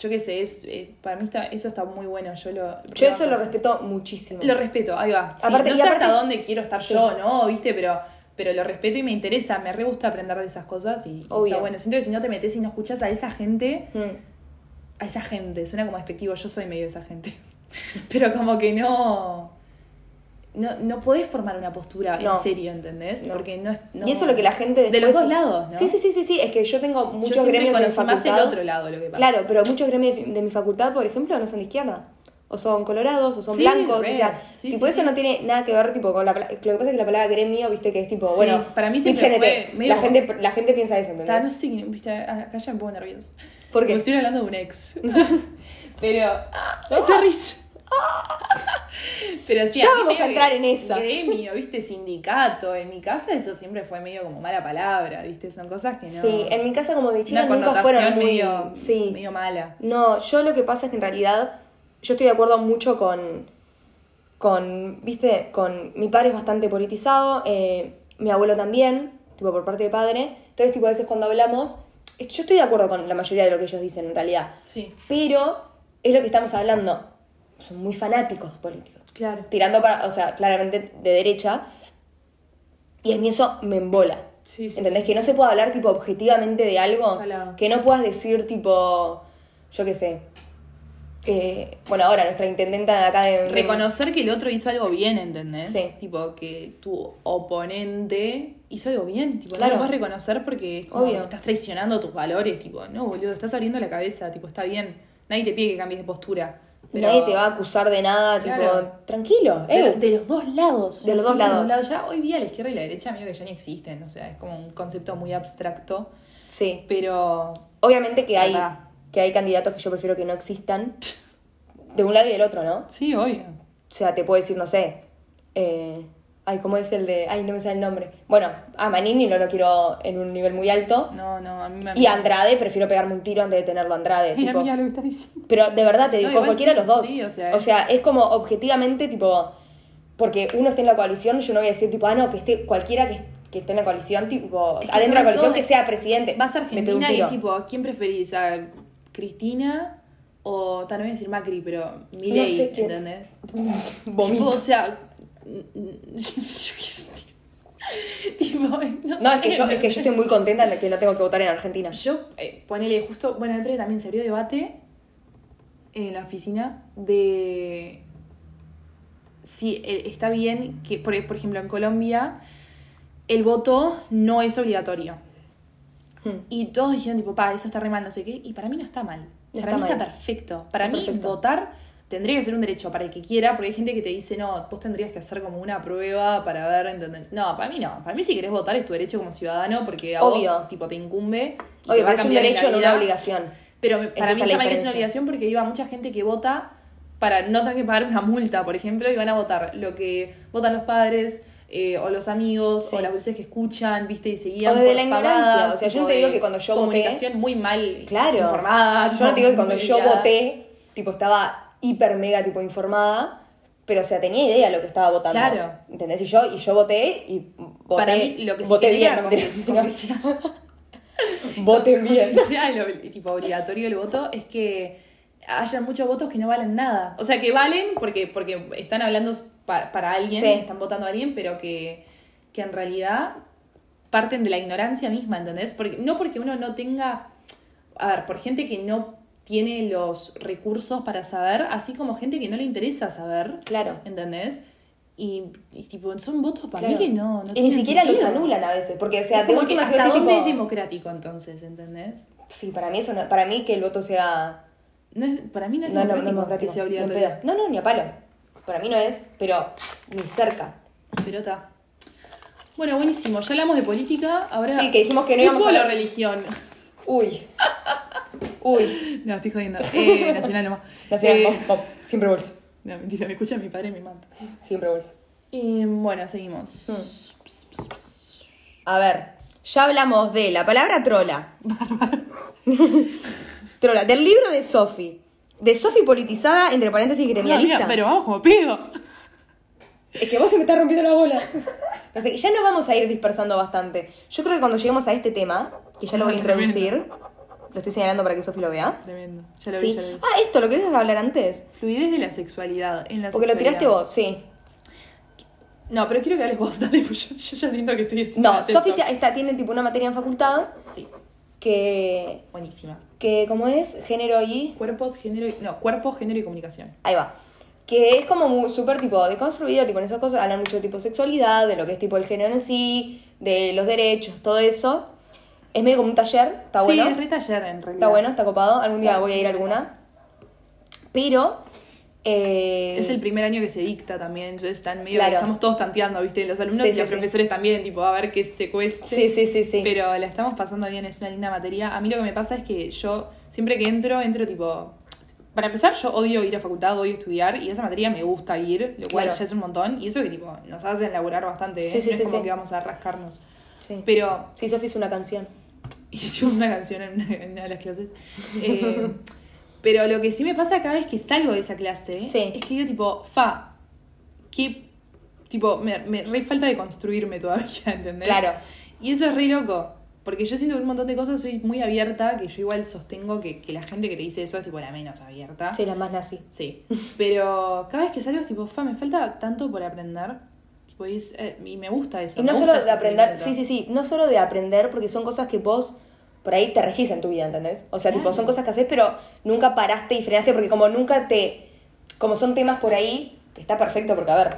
Speaker 1: yo qué sé, es, eh, para mí está, eso está muy bueno, yo lo...
Speaker 2: yo eso lo
Speaker 1: respeto.
Speaker 2: respeto muchísimo.
Speaker 1: Lo respeto, ahí va. Sí,
Speaker 2: Aparte-
Speaker 1: no
Speaker 2: y
Speaker 1: sé
Speaker 2: aparte-
Speaker 1: hasta dónde quiero estar
Speaker 2: Sí.
Speaker 1: yo, ¿no? ¿Viste? Pero, pero lo respeto y me interesa, me re gusta aprender de esas cosas y, y
Speaker 2: Obvio.
Speaker 1: está bueno. Siento que si no te metes y no escuchas a esa gente,
Speaker 2: Mm.
Speaker 1: a esa gente, suena como despectivo, yo soy medio de esa gente. Pero como que no... No, no podés formar una postura
Speaker 2: No.
Speaker 1: en serio, ¿entendés?
Speaker 2: No.
Speaker 1: Porque no es... no-
Speaker 2: Y eso es lo que la gente
Speaker 1: De los
Speaker 2: después-
Speaker 1: dos lados, ¿no?
Speaker 2: Sí, sí, sí, sí, sí, es que yo tengo muchos
Speaker 1: Yo siempre
Speaker 2: gremios en
Speaker 1: conocí
Speaker 2: facultad.
Speaker 1: más el otro lado lo que pasa.
Speaker 2: Claro, pero muchos gremios de mi facultad, por ejemplo, no son de izquierda. O son colorados, o son
Speaker 1: Sí,
Speaker 2: blancos,
Speaker 1: re.
Speaker 2: o sea,
Speaker 1: Sí,
Speaker 2: tipo
Speaker 1: sí,
Speaker 2: eso
Speaker 1: sí.
Speaker 2: no tiene nada que ver tipo con la pala- lo que pasa es que la palabra gremio, viste que es tipo,
Speaker 1: Sí,
Speaker 2: bueno,
Speaker 1: para mí siempre
Speaker 2: mixenete.
Speaker 1: fue medio
Speaker 2: la
Speaker 1: como-
Speaker 2: gente la gente piensa eso,
Speaker 1: Ta,
Speaker 2: ¿entendés?
Speaker 1: no sé, viste, acá ya me pongo nerviosa.
Speaker 2: ¿Por
Speaker 1: Porque
Speaker 2: qué?
Speaker 1: estoy hablando de un ex. Pero. ¡Ah! esa risa. Pero sí,
Speaker 2: Ah. Ya
Speaker 1: mí
Speaker 2: vamos
Speaker 1: medio
Speaker 2: a entrar
Speaker 1: que
Speaker 2: en esa.
Speaker 1: Gremio, viste, sindicato. En mi casa eso siempre fue medio como mala palabra, viste. Son cosas que no.
Speaker 2: Sí, en mi casa como de
Speaker 1: una
Speaker 2: chicas nunca fueron
Speaker 1: connotación
Speaker 2: muy
Speaker 1: medio,
Speaker 2: sí.
Speaker 1: medio mala.
Speaker 2: No, yo lo que pasa es que en realidad yo estoy de acuerdo mucho con, con viste, con mi padre es bastante politizado, eh, mi abuelo también, tipo por parte de padre, entonces tipo a veces cuando hablamos, es- yo estoy de acuerdo con la mayoría de lo que ellos dicen en realidad,
Speaker 1: Sí,
Speaker 2: pero es lo que estamos hablando, son muy fanáticos políticos,
Speaker 1: claro.
Speaker 2: tirando para, o sea, claramente de derecha, y a mí eso me embola.
Speaker 1: Sí, sí,
Speaker 2: ¿Entendés? Que no se pueda hablar tipo objetivamente de algo.
Speaker 1: Salado.
Speaker 2: Que no puedas decir tipo, yo qué sé. eh, bueno, ahora nuestra intendenta de acá de...
Speaker 1: Reconocer que el otro hizo algo bien, ¿entendés?
Speaker 2: Sí.
Speaker 1: Tipo, que tu oponente hizo algo bien. Tipo,
Speaker 2: Claro.
Speaker 1: no lo vas a reconocer porque es como
Speaker 2: Obvio.
Speaker 1: que estás traicionando tus valores. Tipo, no, boludo, estás abriendo la cabeza. Tipo, está bien. Nadie te pide que cambies de postura. Pero-
Speaker 2: Nadie te va a acusar de nada,
Speaker 1: Claro.
Speaker 2: tipo, tranquilo,
Speaker 1: De,
Speaker 2: eh.
Speaker 1: de los dos lados.
Speaker 2: De los dos
Speaker 1: Sí,
Speaker 2: lados.
Speaker 1: Ya hoy día la izquierda y la derecha medio que ya ni existen. O sea, es como un concepto muy abstracto.
Speaker 2: Sí.
Speaker 1: Pero
Speaker 2: Obviamente que hay,
Speaker 1: Verdad.
Speaker 2: que hay candidatos que yo prefiero que no existan. De un lado y del otro, ¿no?
Speaker 1: sí, obvio.
Speaker 2: O sea, te puedo decir, no sé. eh, ay, ¿cómo es el de.? Ay, no me sale el nombre. Bueno, a Manini no lo quiero en un nivel muy alto.
Speaker 1: No, no, a mí me...
Speaker 2: Y a Andrade prefiero pegarme un tiro antes de tenerlo a Andrade.
Speaker 1: Ay,
Speaker 2: tipo.
Speaker 1: amiga, lo que estás diciendo.
Speaker 2: Pero de verdad te digo,
Speaker 1: No,
Speaker 2: con
Speaker 1: igual
Speaker 2: cualquiera de
Speaker 1: sí,
Speaker 2: los dos.
Speaker 1: sí, o
Speaker 2: o,
Speaker 1: sea,
Speaker 2: sea,
Speaker 1: es-
Speaker 2: es como objetivamente, tipo. Porque uno esté en la coalición, yo no voy a decir, tipo, ah, no, que esté cualquiera que, que esté en la coalición, tipo,
Speaker 1: Es que
Speaker 2: adentro de la
Speaker 1: sobre
Speaker 2: coalición,
Speaker 1: todo
Speaker 2: que sea presidente.
Speaker 1: Vas a
Speaker 2: Me pego un
Speaker 1: Argentina y es
Speaker 2: tiro.
Speaker 1: tipo, ¿a quién preferís? ¿A Cristina? O tal vez decir Macri, pero Milei,
Speaker 2: No sé qué-
Speaker 1: ¿entendés? Tipo,
Speaker 2: Vomito.
Speaker 1: o sea. n- n- yo qué sé. tipo, no,
Speaker 2: No, es
Speaker 1: sé,
Speaker 2: que, yo, es que yo estoy muy contenta de que no tengo que votar en Argentina.
Speaker 1: Yo, eh, ponele justo, bueno, el otro día también se abrió debate en la oficina de si eh, está bien que, por, por ejemplo, en Colombia el voto no es obligatorio.
Speaker 2: Hmm.
Speaker 1: Y todos dijeron, tipo, pa, eso está re mal, no sé qué. Y para mí no está mal.
Speaker 2: No
Speaker 1: para
Speaker 2: está
Speaker 1: mí está
Speaker 2: mal.
Speaker 1: perfecto. Para
Speaker 2: Está
Speaker 1: mí
Speaker 2: perfecto.
Speaker 1: votar tendría que ser un derecho para el que quiera, porque hay gente que te dice, no, vos tendrías que hacer como una prueba para ver, ¿entendés? No, para mí no. Para mí si querés votar es tu derecho como ciudadano, porque a
Speaker 2: Obvio.
Speaker 1: vos, tipo, te incumbe. y te
Speaker 2: Obvio,
Speaker 1: va a
Speaker 2: pero es un
Speaker 1: cambiar la
Speaker 2: derecho, no
Speaker 1: vida.
Speaker 2: una obligación.
Speaker 1: Pero me- para
Speaker 2: esa
Speaker 1: mí
Speaker 2: es
Speaker 1: está
Speaker 2: la
Speaker 1: mal que es
Speaker 2: diferencia.
Speaker 1: una obligación porque iba mucha gente que vota para no tener que pagar una multa, por ejemplo, y van a votar lo que votan los padres eh, o los amigos
Speaker 2: Sí.
Speaker 1: o las veces que escuchan, viste, y seguían
Speaker 2: O desde
Speaker 1: por
Speaker 2: la ignorancia,
Speaker 1: pavadas,
Speaker 2: o sea, yo
Speaker 1: tipo
Speaker 2: no te digo
Speaker 1: de
Speaker 2: que cuando yo voté-
Speaker 1: comunicación muy mal
Speaker 2: Claro.
Speaker 1: informada.
Speaker 2: Yo no te digo que cuando
Speaker 1: muy
Speaker 2: yo
Speaker 1: guiada.
Speaker 2: voté, tipo, estaba hiper mega tipo informada, pero o sea, tenía idea de lo que estaba votando.
Speaker 1: Claro.
Speaker 2: ¿Entendés? Y yo, y yo voté y voté.
Speaker 1: para mí lo que se
Speaker 2: voté
Speaker 1: genera
Speaker 2: bien, no
Speaker 1: con
Speaker 2: mentira,
Speaker 1: que- con que
Speaker 2: no.
Speaker 1: sea-
Speaker 2: Voten
Speaker 1: Como que
Speaker 2: bien.
Speaker 1: sea lo- tipo obligatorio el voto es que haya muchos votos que no valen nada. O sea, que valen porque, porque están hablando pa- para alguien,
Speaker 2: Sí.
Speaker 1: están votando a alguien, pero que, que en realidad parten de la ignorancia misma, ¿entendés? Porque, no porque uno no tenga... A ver, por gente que no tiene los recursos para saber, así como gente que no le interesa saber,
Speaker 2: Claro.
Speaker 1: ¿entendés? Y, y tipo, son votos para
Speaker 2: claro.
Speaker 1: mí que no... no
Speaker 2: y ni
Speaker 1: tienen
Speaker 2: siquiera los
Speaker 1: sentido.
Speaker 2: anulan a veces, porque o
Speaker 1: Es
Speaker 2: sea, de
Speaker 1: como que
Speaker 2: última se
Speaker 1: ¿hasta
Speaker 2: decís,
Speaker 1: dónde es
Speaker 2: tipo.
Speaker 1: democrático entonces, ¿entendés?
Speaker 2: Sí, para mí eso no- para mí que el voto sea.
Speaker 1: No es, para mí no es
Speaker 2: No, no, no,
Speaker 1: democrático que
Speaker 2: democrático,
Speaker 1: sea
Speaker 2: ni en
Speaker 1: obligatorio.
Speaker 2: pedo. No, no, ni a palos. Para mí no es, pero ni cerca.
Speaker 1: Pero está. Bueno, buenísimo. Ya hablamos de política. Ahora.
Speaker 2: Sí, que dijimos que no íbamos a
Speaker 1: Fútbol o
Speaker 2: hablar-
Speaker 1: religión.
Speaker 2: Uy. Uy.
Speaker 1: No, estoy jodiendo. Eh, nacional nomás.
Speaker 2: Nacional,
Speaker 1: Eh,
Speaker 2: pop, pop. Siempre bolso.
Speaker 1: No, mentira, me escucha mi padre y me mata.
Speaker 2: Siempre bolso.
Speaker 1: Eh, bueno, seguimos.
Speaker 2: A ver, ya hablamos de la palabra trola. trola, del libro de Sofi. De Sofi politizada, entre paréntesis, gremialista.
Speaker 1: Amiga, pero vamos como pedo.
Speaker 2: Es que vos se me está rompiendo la bola. No sé, ya nos vamos a ir dispersando bastante. Yo creo que cuando lleguemos a este tema, que ya lo voy a
Speaker 1: Ah, tremendo.
Speaker 2: introducir, lo estoy señalando para que Sofi lo vea.
Speaker 1: Tremendo. Ya lo vi,
Speaker 2: Sí.
Speaker 1: ya lo vi.
Speaker 2: Ah, esto, ¿lo querés hablar antes?
Speaker 1: Fluidez de la sexualidad. En la
Speaker 2: Porque lo
Speaker 1: sexualidad.
Speaker 2: tiraste vos, sí.
Speaker 1: No, pero quiero que hables vos, dale, pues yo, yo ya siento que estoy haciendo.
Speaker 2: No,
Speaker 1: la TED
Speaker 2: Sofi
Speaker 1: Talk.
Speaker 2: te- está- tiene tipo una materia en facultad
Speaker 1: Sí,
Speaker 2: que,
Speaker 1: buenísima.
Speaker 2: que ¿cómo es? Género y...
Speaker 1: Cuerpos, género y. No, cuerpo, género y comunicación.
Speaker 2: Ahí va. Que es como muy- súper tipo deconstruido, tipo en esas cosas hablan mucho de tipo sexualidad, de lo que es tipo el género en sí, de los derechos, todo eso. Es medio como un taller, está
Speaker 1: sí,
Speaker 2: bueno.
Speaker 1: es retaller en realidad.
Speaker 2: Está bueno, está copado. Algún día voy a ir a alguna. Pero. eh,
Speaker 1: Es el primer año que se dicta también, entonces están medio que
Speaker 2: Claro.
Speaker 1: estamos todos tanteando, ¿viste? Los alumnos
Speaker 2: Sí,
Speaker 1: y
Speaker 2: sí,
Speaker 1: los
Speaker 2: sí.
Speaker 1: profesores también, tipo, a ver qué se cueste.
Speaker 2: Sí, sí, sí, sí.
Speaker 1: Pero la estamos pasando bien, es una linda materia. A mí lo que me pasa es que yo, siempre que entro, entro tipo... Para empezar, yo odio ir a facultad, odio estudiar, y esa materia me gusta ir, lo cual
Speaker 2: Claro.
Speaker 1: ya es un montón, y eso que tipo nos hacen laburar bastante, ¿eh?
Speaker 2: Sí, sí,
Speaker 1: No es
Speaker 2: sí,
Speaker 1: como
Speaker 2: sí.
Speaker 1: que vamos a rascarnos.
Speaker 2: sí.
Speaker 1: Pero
Speaker 2: Sí, Sofi hizo una canción.
Speaker 1: hicimos una canción en una, en una de las clases. Eh, pero lo que sí me pasa cada vez que salgo de esa clase
Speaker 2: Sí.
Speaker 1: es que digo tipo, fa, que tipo, me, me re falta de construirme todavía, ¿entendés?
Speaker 2: Claro.
Speaker 1: Y eso es re loco. Porque yo siento que un montón de cosas soy muy abierta, que yo igual sostengo que, que la gente que te dice eso es tipo la menos abierta.
Speaker 2: Sí, la más nazi.
Speaker 1: Sí. Pero cada vez que salgo es tipo, fa, me falta tanto por aprender. Tipo, y, es, eh, y me gusta eso.
Speaker 2: Y no
Speaker 1: me
Speaker 2: solo
Speaker 1: gusta ese
Speaker 2: de aprender, sí,
Speaker 1: sentimiento.
Speaker 2: sí, sí, no solo de aprender, porque son cosas que vos por ahí te regís en tu vida, ¿entendés? O sea, tipo,
Speaker 1: Claro.
Speaker 2: son cosas que haces, pero nunca paraste y frenaste, porque como nunca te. Como son temas por ahí, que está perfecto, porque a ver,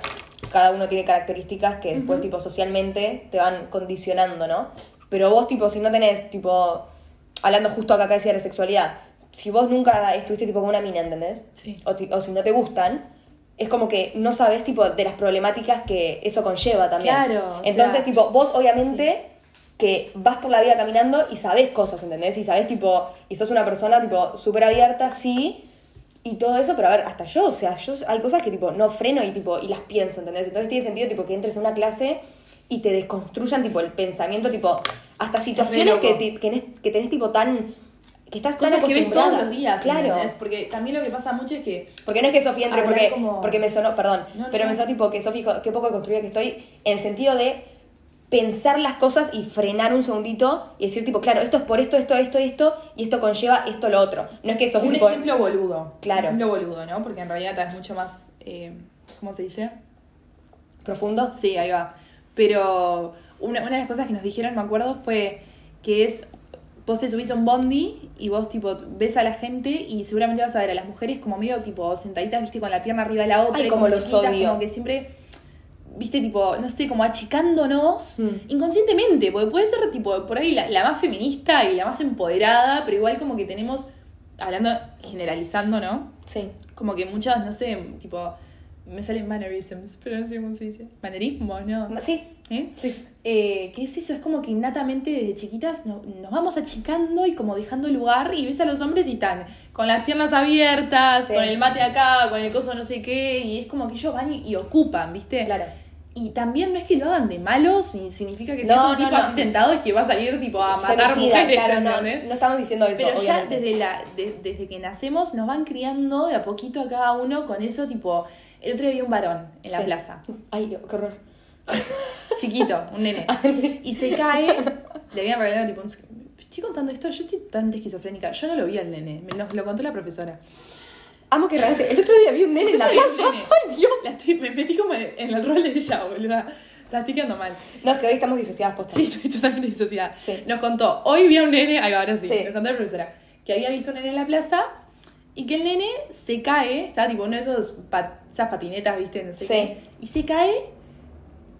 Speaker 2: cada uno tiene características que después, tipo, socialmente te van condicionando, ¿no? Pero vos, tipo, si no tenés, tipo, hablando justo acá que decía de sexualidad, si vos nunca estuviste tipo con una mina, ¿entendés?
Speaker 1: Sí.
Speaker 2: O, ti- o si no te gustan, es como que no sabes tipo de las problemáticas que eso conlleva también.
Speaker 1: Claro, o
Speaker 2: Entonces,
Speaker 1: sea,
Speaker 2: tipo, vos obviamente que vas por la vida caminando y sabés cosas, ¿entendés? Y sabés tipo, y sos una persona tipo súper abierta, sí. Y todo eso, pero a ver, hasta yo, o sea, yo hay cosas que tipo no freno y tipo y las pienso, ¿entendés? Entonces tiene sentido tipo que entres a una clase y te desconstruyan tipo el pensamiento, tipo hasta situaciones
Speaker 1: loco.
Speaker 2: que, ti- que, nes- que tenés tipo tan que estás tan
Speaker 1: Cosas que ves todos
Speaker 2: acostumbrada.
Speaker 1: los días,
Speaker 2: Claro.
Speaker 1: ¿entendés? Porque también lo que pasa mucho es que
Speaker 2: Porque no es que Sofía entre,
Speaker 1: Hablar
Speaker 2: porque,
Speaker 1: como-
Speaker 2: porque me sonó, perdón,
Speaker 1: No, no,
Speaker 2: pero me
Speaker 1: no.
Speaker 2: sonó tipo que Sofía, dijo, qué poco construida que estoy, en el sentido de pensar las cosas y frenar un segundito y decir tipo, claro, esto es por esto, esto, esto, esto, y esto conlleva esto, lo otro. No es que Sofía
Speaker 1: un
Speaker 2: tipo,
Speaker 1: ejemplo boludo.
Speaker 2: Claro.
Speaker 1: Un ejemplo boludo, ¿no? Porque en realidad es mucho más. eh, ¿Cómo se dice?
Speaker 2: profundo.
Speaker 1: Sí, ahí va. Pero una, una de las cosas que nos dijeron, me acuerdo, fue que es. Vos te subís a un bondi y vos, tipo, ves a la gente y seguramente vas a ver a las mujeres como medio, tipo, sentaditas, viste, con la pierna arriba de la otra.
Speaker 2: Ay,
Speaker 1: y
Speaker 2: como los
Speaker 1: chiquitas,
Speaker 2: odio.
Speaker 1: Como que siempre, viste, tipo, no sé, como achicándonos
Speaker 2: Mm.
Speaker 1: inconscientemente. Porque puede ser, tipo, por ahí la, la más feminista y la más empoderada, pero igual como que tenemos, hablando, generalizando, ¿no?
Speaker 2: Sí.
Speaker 1: como que muchas, no sé, tipo, me salen mannerisms, pero no sé cómo se dice. Manerismos, ¿no?
Speaker 2: Sí.
Speaker 1: ¿Eh?
Speaker 2: Sí.
Speaker 1: Eh, ¿Qué es eso? Es como que innatamente desde chiquitas no- nos vamos achicando y como dejando lugar y ves a los hombres y están con las piernas abiertas,
Speaker 2: Sí.
Speaker 1: con el mate acá, con el coso no sé qué, y es como que ellos van y, y ocupan, ¿viste?
Speaker 2: Claro.
Speaker 1: Y también no es que lo hagan de malos, ni significa que si
Speaker 2: No,
Speaker 1: es un
Speaker 2: no,
Speaker 1: tipo
Speaker 2: no.
Speaker 1: así sentado es que va a salir tipo a matar
Speaker 2: Femicida,
Speaker 1: mujeres,
Speaker 2: claro, no,
Speaker 1: ¿entendés?
Speaker 2: no estamos diciendo eso,
Speaker 1: Pero ya
Speaker 2: obviamente.
Speaker 1: desde, la, de- desde que nacemos nos van criando de a poquito a cada uno con eso, tipo, el otro día vi un varón en la
Speaker 2: Sí.
Speaker 1: plaza,
Speaker 2: Ay, qué horror.
Speaker 1: chiquito, un nene, y se cae, le habían regalado tipo, un- estoy contando esto, yo estoy totalmente esquizofrénica, yo no lo vi al nene, me nos lo contó la profesora.
Speaker 2: Amo que realmente, el otro día vi un nene en la
Speaker 1: Ay,
Speaker 2: plaza.
Speaker 1: nene.
Speaker 2: Ay, Dios.
Speaker 1: La estoy- me metí como en en el rol de ella, boluda, la estoy quedando mal.
Speaker 2: No, es que hoy estamos disociadas posta.
Speaker 1: Sí, estoy totalmente disociada.
Speaker 2: Sí.
Speaker 1: "Ah". Nos contó, hoy vi a un nene, ahí va, ahora sí,
Speaker 2: Sí.
Speaker 1: nos contó la profesora, que había visto a un nene en la plaza y que el nene se cae, estaba tipo uno de esos pa- esas patinetas, viste, no sé
Speaker 2: Sí.
Speaker 1: qué, y se cae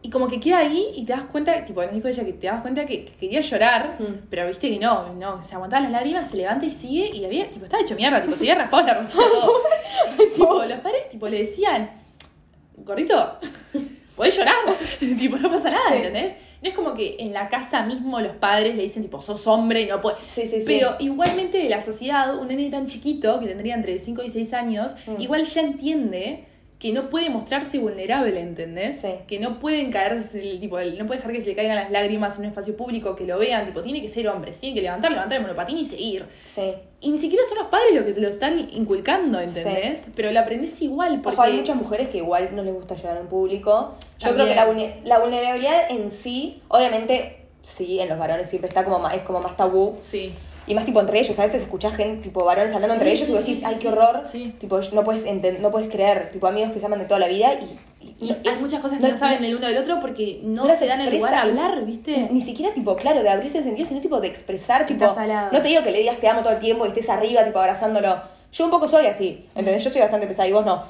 Speaker 1: y como que queda ahí y te das cuenta, tipo, nos dijo ella que te das cuenta que, que quería llorar,
Speaker 2: Mm.
Speaker 1: pero viste que no, no, se aguantaba las lágrimas, se levanta y sigue y había, tipo, estaba hecho mierda, tipo, se había raspado la rodilla todo. tipo, los padres, tipo, le decían, gordito, podés llorar, tipo, no pasa nada,
Speaker 2: Sí.
Speaker 1: ¿entendés? No es como que en la casa mismo los padres le dicen, tipo, sos hombre, no puedes.
Speaker 2: Sí, sí, sí.
Speaker 1: Pero igualmente de la sociedad, un nene tan chiquito, que tendría entre 5 y 6 años,
Speaker 2: Mm.
Speaker 1: igual ya entiende que no puede mostrarse vulnerable, ¿entendés?
Speaker 2: Sí.
Speaker 1: Que no pueden caerse, el- tipo, el- no puede dejar que se le caigan las lágrimas en un espacio público, que lo vean, tipo, tiene que ser hombre, se tiene que levantar, levantar el monopatín y seguir.
Speaker 2: Sí.
Speaker 1: Y ni siquiera son los padres los que se lo están inculcando, ¿entendés? Pero lo aprendés igual, porque...
Speaker 2: Ojo, hay muchas mujeres que igual no les gusta llegar a un público. Yo
Speaker 1: También.
Speaker 2: creo que la, vulne- la vulnerabilidad en sí, obviamente, sí, en los varones siempre está como más, es como más tabú.
Speaker 1: Sí.
Speaker 2: Y más tipo entre ellos, a veces escuchás gente, tipo varones hablando
Speaker 1: Sí,
Speaker 2: entre ellos
Speaker 1: sí,
Speaker 2: y vos
Speaker 1: sí,
Speaker 2: decís,
Speaker 1: sí,
Speaker 2: ay,
Speaker 1: sí.
Speaker 2: qué horror.
Speaker 1: Sí.
Speaker 2: Tipo, no puedes, enten- no puedes creer, tipo amigos que se aman de toda la vida y... y- y
Speaker 1: Y hay
Speaker 2: es-
Speaker 1: muchas cosas que no, saben el uno del otro porque no,
Speaker 2: no las
Speaker 1: se dan el lugar a
Speaker 2: expresan.
Speaker 1: hablar, ¿viste?
Speaker 2: Ni siquiera, tipo, claro, de abrirse el sentido, sino tipo de expresar, tipo.
Speaker 1: Estás al lado.
Speaker 2: No te digo que le digas te amo todo el tiempo y estés arriba, tipo, abrazándolo. Yo un poco soy así,
Speaker 1: Mm.
Speaker 2: ¿entendés? Yo soy bastante pesada y vos no.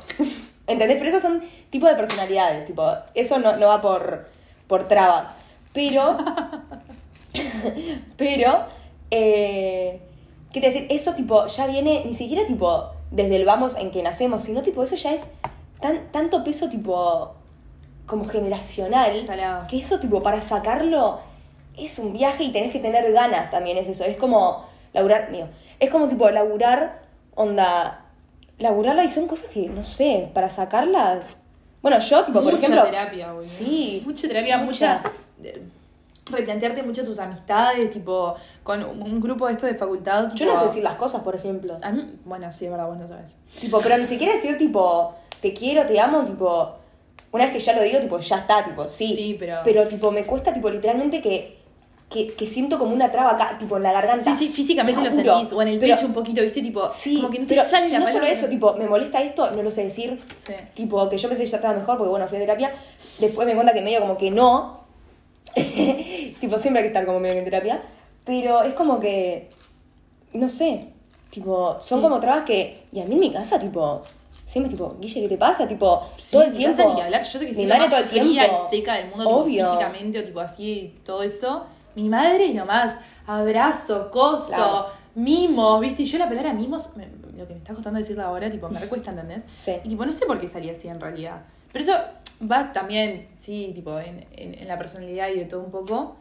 Speaker 2: ¿Entendés? Pero esos son tipo de personalidades, tipo, eso no, no va por, por trabas. Pero. pero. eh, ¿Qué te decir? Eso, tipo, ya viene ni siquiera, tipo, desde el vamos en que nacemos, sino, tipo, eso ya es tan, tanto peso, tipo, como generacional.
Speaker 1: Salado.
Speaker 2: Que eso, tipo, para sacarlo es un viaje y tenés que tener ganas también, es eso. Es como laburar, mío, es como tipo laburar, onda, laburarla y son cosas que, no sé, para sacarlas. Bueno, yo, tipo, por
Speaker 1: mucha
Speaker 2: ejemplo.
Speaker 1: terapia, boludo.
Speaker 2: Sí.
Speaker 1: Mucha terapia, mucha.
Speaker 2: mucha.
Speaker 1: de- Replantearte mucho tus amistades, tipo, con un un grupo de esto de facultad.
Speaker 2: Yo
Speaker 1: tipo,
Speaker 2: no sé decir las cosas, por ejemplo.
Speaker 1: a mí- bueno, sí, es verdad, vos no sabes.
Speaker 2: Tipo, pero ni siquiera decir, tipo, te quiero, te amo, tipo. Una vez que ya lo digo, tipo, ya está, tipo, sí.
Speaker 1: Sí, pero-
Speaker 2: Pero, tipo, me cuesta, tipo, literalmente que. Que, que siento como una traba acá, tipo en la garganta.
Speaker 1: Sí, sí, físicamente
Speaker 2: Te
Speaker 1: lo
Speaker 2: juro.
Speaker 1: sentís, o en el
Speaker 2: Pero-
Speaker 1: pecho un poquito, ¿viste? Tipo,
Speaker 2: Sí,
Speaker 1: como que no te
Speaker 2: pero
Speaker 1: sale la
Speaker 2: no solo
Speaker 1: palabra.
Speaker 2: eso, tipo, me molesta esto, no lo sé decir.
Speaker 1: Sí.
Speaker 2: Tipo, que yo pensé que ya estaba mejor porque, bueno, fui a terapia. Después me di cuenta que medio como que no. tipo, siempre hay que estar como medio que en terapia. Pero es como que, no sé, tipo, son
Speaker 1: Sí.
Speaker 2: como trabas que... Y a mí en mi casa, tipo, siempre es tipo, Guille, ¿qué te pasa? Tipo,
Speaker 1: Sí,
Speaker 2: todo el
Speaker 1: me
Speaker 2: tiempo...
Speaker 1: cansa ni que hablar. Yo sé que soy
Speaker 2: mi
Speaker 1: la
Speaker 2: madre
Speaker 1: más
Speaker 2: todo el tiempo.
Speaker 1: fría y seca del mundo, tipo,
Speaker 2: Obvio.
Speaker 1: físicamente o tipo así, todo eso. Mi madre es nomás abrazo, coso,
Speaker 2: Claro.
Speaker 1: mimos, ¿viste? Y yo la palabra mimos, me- lo que me está costando decirla ahora, tipo, me recuesta, ¿entendés?
Speaker 2: Sí.
Speaker 1: Y tipo, no sé por qué salía así en realidad. Pero eso va también, sí, tipo, en, en- en la personalidad y de todo un poco.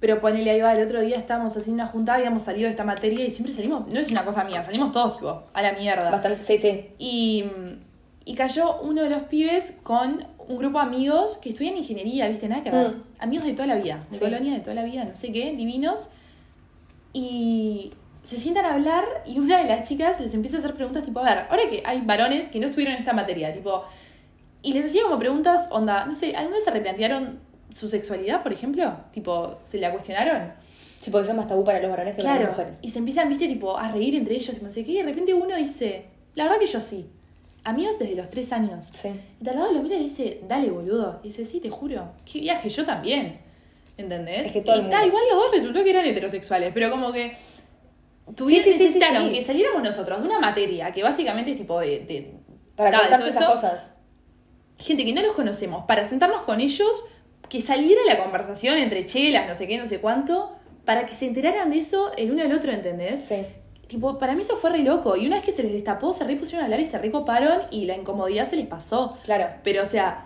Speaker 1: Pero ponele ahí va, el otro día estábamos haciendo una juntada, habíamos salido de esta materia y siempre salimos, no es una cosa mía, salimos todos, tipo, a la mierda.
Speaker 2: Bastante, sí, sí.
Speaker 1: Y, y cayó uno de los pibes con un grupo de amigos que estudian ingeniería, ¿viste? Nada que ver.
Speaker 2: Mm.
Speaker 1: Amigos de toda la vida, de
Speaker 2: Sí.
Speaker 1: colonia de toda la vida, no sé qué, divinos. Y se sientan a hablar y una de las chicas les empieza a hacer preguntas tipo, a ver, ahora que hay varones que no estuvieron en esta materia, tipo... Y les hacía como preguntas, onda, no sé, ¿alguna vez se replantearon su sexualidad, por ejemplo? Tipo, ¿se la cuestionaron?
Speaker 2: Sí, porque eso es más tabú para los varones que para
Speaker 1: Claro.
Speaker 2: las mujeres.
Speaker 1: Y se empiezan, viste, tipo, a reír entre ellos, y no sé qué, y de repente uno dice, la verdad que yo sí. Amigos desde los tres años.
Speaker 2: Sí.
Speaker 1: Y tal lado lo mira y dice, dale, boludo. Y dice, sí, te juro. Qué viaje, yo también. ¿Entendés?
Speaker 2: Es que todo
Speaker 1: y
Speaker 2: el
Speaker 1: ta,
Speaker 2: mundo.
Speaker 1: igual los dos resultó que eran heterosexuales, pero como que tuvieron,
Speaker 2: sí, sí, sí,
Speaker 1: necesitaron
Speaker 2: sí.
Speaker 1: que saliéramos nosotros de una materia que básicamente es tipo de... de-
Speaker 2: Para
Speaker 1: ta, de
Speaker 2: contarse
Speaker 1: todo
Speaker 2: esas
Speaker 1: eso,
Speaker 2: cosas.
Speaker 1: gente que no los conocemos, para sentarnos con ellos, que saliera la conversación entre chelas, no sé qué, no sé cuánto, para que se enteraran de eso el uno del otro, ¿entendés?
Speaker 2: Sí.
Speaker 1: Tipo, para mí eso fue re loco. Y una vez que se les destapó, se re pusieron a hablar y se re coparon y la incomodidad se les pasó.
Speaker 2: Claro.
Speaker 1: Pero, o sea,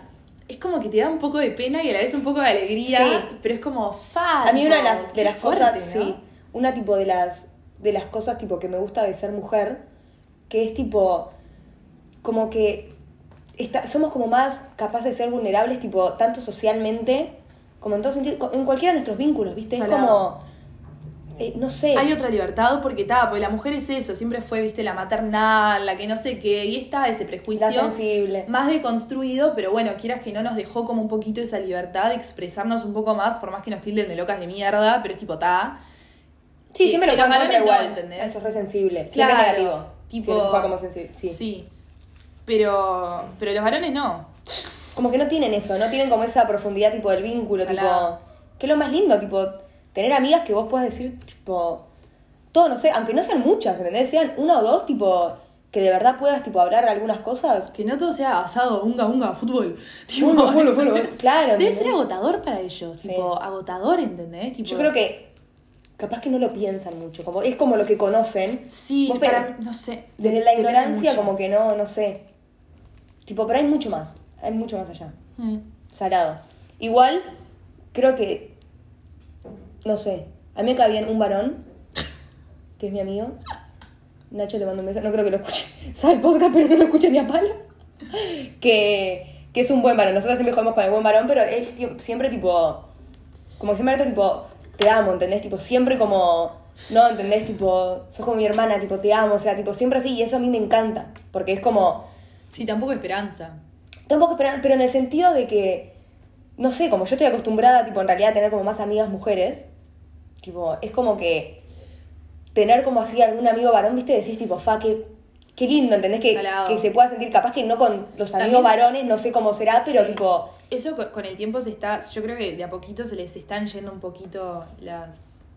Speaker 1: es como que te da un poco de pena y a la vez un poco de alegría.
Speaker 2: Sí.
Speaker 1: Pero es como, fa.
Speaker 2: A mí
Speaker 1: tipo,
Speaker 2: una de, las- de
Speaker 1: Ah, qué
Speaker 2: las
Speaker 1: fuerte,
Speaker 2: cosas,
Speaker 1: ¿no?
Speaker 2: sí, una tipo de las, de las cosas tipo que me gusta de ser mujer, que es tipo, como que está- somos como más capaces de ser vulnerables, tipo, tanto socialmente como en todo sentido, co- en cualquiera de nuestros vínculos, ¿viste?
Speaker 1: Salado.
Speaker 2: Es como, eh, no sé,
Speaker 1: Hay otra libertad porque, ta, pues la mujer es eso. Siempre fue, viste, la maternal, la que no sé qué. Y está ese prejuicio.
Speaker 2: la sensible.
Speaker 1: más deconstruido, pero bueno, quieras que no nos dejó como un poquito esa libertad de expresarnos un poco más, por más que nos tilden de locas de mierda, pero es tipo, ta.
Speaker 2: Sí,
Speaker 1: que-
Speaker 2: siempre
Speaker 1: que
Speaker 2: lo
Speaker 1: los
Speaker 2: encuentro
Speaker 1: varones no,
Speaker 2: igual.
Speaker 1: ¿entendés?
Speaker 2: Eso es re sensible. Siempre
Speaker 1: Claro,
Speaker 2: es negativo.
Speaker 1: tipo-
Speaker 2: Siempre se juega como sensible. Sí.
Speaker 1: Sí. Pero, pero los varones no.
Speaker 2: como que no tienen eso, no tienen como esa profundidad tipo del vínculo,
Speaker 1: Ojalá.
Speaker 2: tipo, que es lo más lindo, tipo, tener amigas que vos puedas decir, tipo, todo, no sé, aunque no sean muchas, ¿entendés? Sean una o dos, tipo, que de verdad puedas, tipo, hablar algunas cosas.
Speaker 1: Que no todo sea asado, unga, unga, fútbol. Tipo,
Speaker 2: Unga, fútbol, fútbol, claro,
Speaker 1: Debe
Speaker 2: ¿entendés?
Speaker 1: ser agotador para ellos.
Speaker 2: Sí.
Speaker 1: Tipo, agotador, ¿entendés? Tipo,
Speaker 2: Yo creo que, capaz que no lo piensan mucho, como, es como lo que conocen.
Speaker 1: Sí,
Speaker 2: Vos
Speaker 1: para-
Speaker 2: pe-
Speaker 1: no sé.
Speaker 2: Desde la
Speaker 1: Depende
Speaker 2: ignorancia,
Speaker 1: mucho.
Speaker 2: como que no, no sé. Tipo, pero hay mucho más, hay mucho más allá.
Speaker 1: Mm.
Speaker 2: Salado. Igual, creo que. No sé. A mí me cae bien un varón, que es mi amigo. Nacho, te mando un beso. No creo que lo escuche. Sabe el podcast, pero no lo escuche ni a palo. Que, que es un buen varón. Nosotros siempre jugamos con el buen varón, pero él ti- siempre, tipo. Como que siempre, tipo, te amo, ¿entendés? Tipo, siempre como. No, ¿entendés? Tipo, sos como mi hermana, tipo, te amo. O sea, tipo, siempre así. Y eso a mí me encanta. Porque es como.
Speaker 1: Sí, tampoco esperanza.
Speaker 2: Tampoco esperan, pero en el sentido de que, no sé, como yo estoy acostumbrada, tipo, en realidad a tener como más amigas mujeres, tipo, es como que tener como así algún amigo varón, viste, decís tipo, fa, qué, qué lindo, ¿entendés? Que,
Speaker 1: Salado.
Speaker 2: que se pueda sentir, capaz que no con los amigos
Speaker 1: También-
Speaker 2: varones, no sé cómo será, pero
Speaker 1: Sí.
Speaker 2: tipo,
Speaker 1: Eso co- con el tiempo se está. Yo creo que de a poquito se les están yendo un poquito las.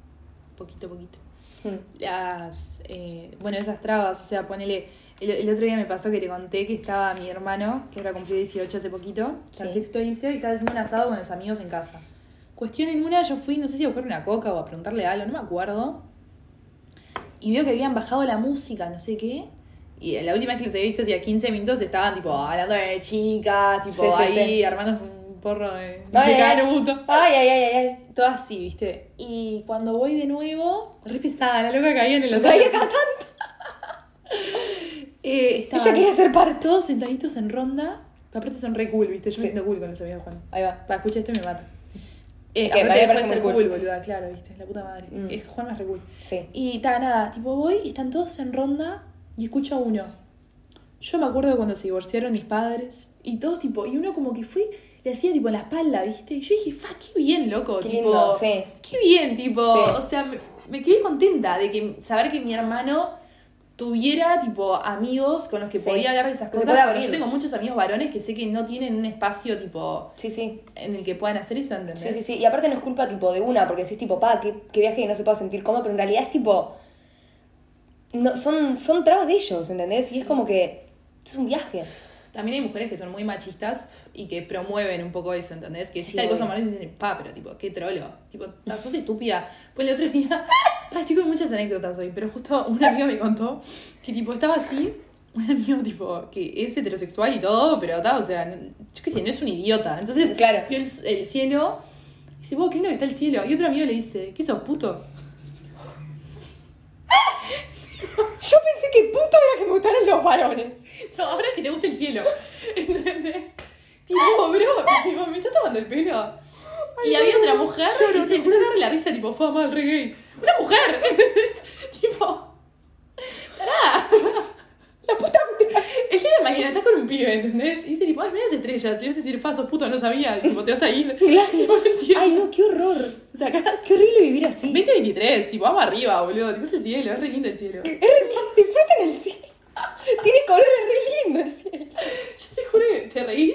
Speaker 1: Poquito, poquito.
Speaker 2: mm,
Speaker 1: las eh, bueno esas trabas o sea ponele el, el otro día me pasó que te conté que estaba mi hermano que ahora cumplió 18 hace poquito está en
Speaker 2: Sí.
Speaker 1: sexto liceo y estaba haciendo un asado con los amigos en casa cuestión en una yo fui no sé si a buscar una coca o a preguntarle algo no me acuerdo y veo que habían bajado la música no sé qué y la última vez que los he visto hacía 15 minutos estaban tipo hablando de chicas tipo
Speaker 2: Sí, sí,
Speaker 1: ahí
Speaker 2: sí. eh,
Speaker 1: armándose un porro de,
Speaker 2: Ay,
Speaker 1: de
Speaker 2: ay, ay.
Speaker 1: Naruto
Speaker 2: Ay, ay, ay, ay, ay.
Speaker 1: todo así, ¿viste? Y cuando voy de nuevo, re pesada, la loca caía en el asado.
Speaker 2: Caía cada tanto.
Speaker 1: Eh, estaban
Speaker 2: Ella quería ser parte.
Speaker 1: todos sentaditos en ronda. Aparte son re cool, ¿viste? Yo me
Speaker 2: Sí.
Speaker 1: siento cool con los amigos de Juan.
Speaker 2: Ahí va.
Speaker 1: Para escuchar esto y me mata. Eh,
Speaker 2: Es
Speaker 1: aparte
Speaker 2: que a mí me
Speaker 1: dejó de
Speaker 2: parece
Speaker 1: ser
Speaker 2: muy
Speaker 1: cool,
Speaker 2: cool.
Speaker 1: boluda, claro, ¿viste? La puta madre.
Speaker 2: Mm.
Speaker 1: Es que Juan es re cool.
Speaker 2: Sí.
Speaker 1: Y ta, nada, tipo voy y están todos en ronda y escucho a uno. Yo me acuerdo cuando se divorciaron mis padres y todos tipo, y uno como que fue, le hacía tipo en la espalda, ¿viste? Y yo dije, fa, qué bien, loco,
Speaker 2: Qué
Speaker 1: tipo,
Speaker 2: lindo, sí.
Speaker 1: qué bien, tipo,
Speaker 2: Sí.
Speaker 1: o sea, me, me quedé contenta de que saber que mi hermano tuviera tipo amigos con los que
Speaker 2: Sí.
Speaker 1: podía hablar de esas
Speaker 2: Que se
Speaker 1: cosas.
Speaker 2: pueda
Speaker 1: porque Yo
Speaker 2: abrir.
Speaker 1: tengo muchos amigos varones que sé que no tienen un espacio tipo
Speaker 2: Sí, sí.
Speaker 1: en el que puedan hacer eso, ¿entendés?
Speaker 2: Sí, sí, sí. Y aparte no es culpa tipo de una, porque decís tipo, pa, qué, qué viaje que no se pueda sentir cómodo, pero en realidad es tipo. No, son, son trabas de ellos, ¿entendés? Y es como que. Es un viaje.
Speaker 1: También hay mujeres que son muy machistas y que promueven un poco eso, ¿entendés? Que si
Speaker 2: Sí,
Speaker 1: tal cosa
Speaker 2: obvio.
Speaker 1: mal dicen, pa, pero tipo, qué trolo. Tipo, "Ah, sos estúpida. Pues el otro día Ay, chicos, muchas anécdotas hoy, pero justo una amiga me contó que tipo estaba así, un amigo tipo que es heterosexual y todo, pero está, o sea, no- yo qué sé, no es un idiota. Entonces,
Speaker 2: Claro.
Speaker 1: vio el, el cielo, y dice, wow, qué lindo que está el cielo. Y otro amigo le dice, ¿qué sos puto?
Speaker 2: Yo pensé que puto era que me gustaran los varones.
Speaker 1: No, ahora que te gusta el cielo. ¿Entendés? Tipo, bro, tipo, me está tomando el pelo. y había otra mujer y se empezó a darle la risa, tipo, fue mal, re gay. ¡Una mujer! ¿Entendés? tipo, ¡tará!
Speaker 2: La puta
Speaker 1: El día de mañana estás con un pibe, ¿entendés? Y dice, tipo, ay, me das estrellas. Y le vas a decir, fa, sos puto, no sabía. Tipo, te vas a ir. Tipo, no entiendo.
Speaker 2: Ay, no, qué horror.
Speaker 1: Sacás
Speaker 2: Qué horrible vivir así.
Speaker 1: 2023, tipo, vamos arriba, boludo. Tipo, es el cielo, es re lindo el cielo.
Speaker 2: Es re lindo, Disfruten el cielo. Tiene colores re lindo el cielo.
Speaker 1: Yo te juro que te reís,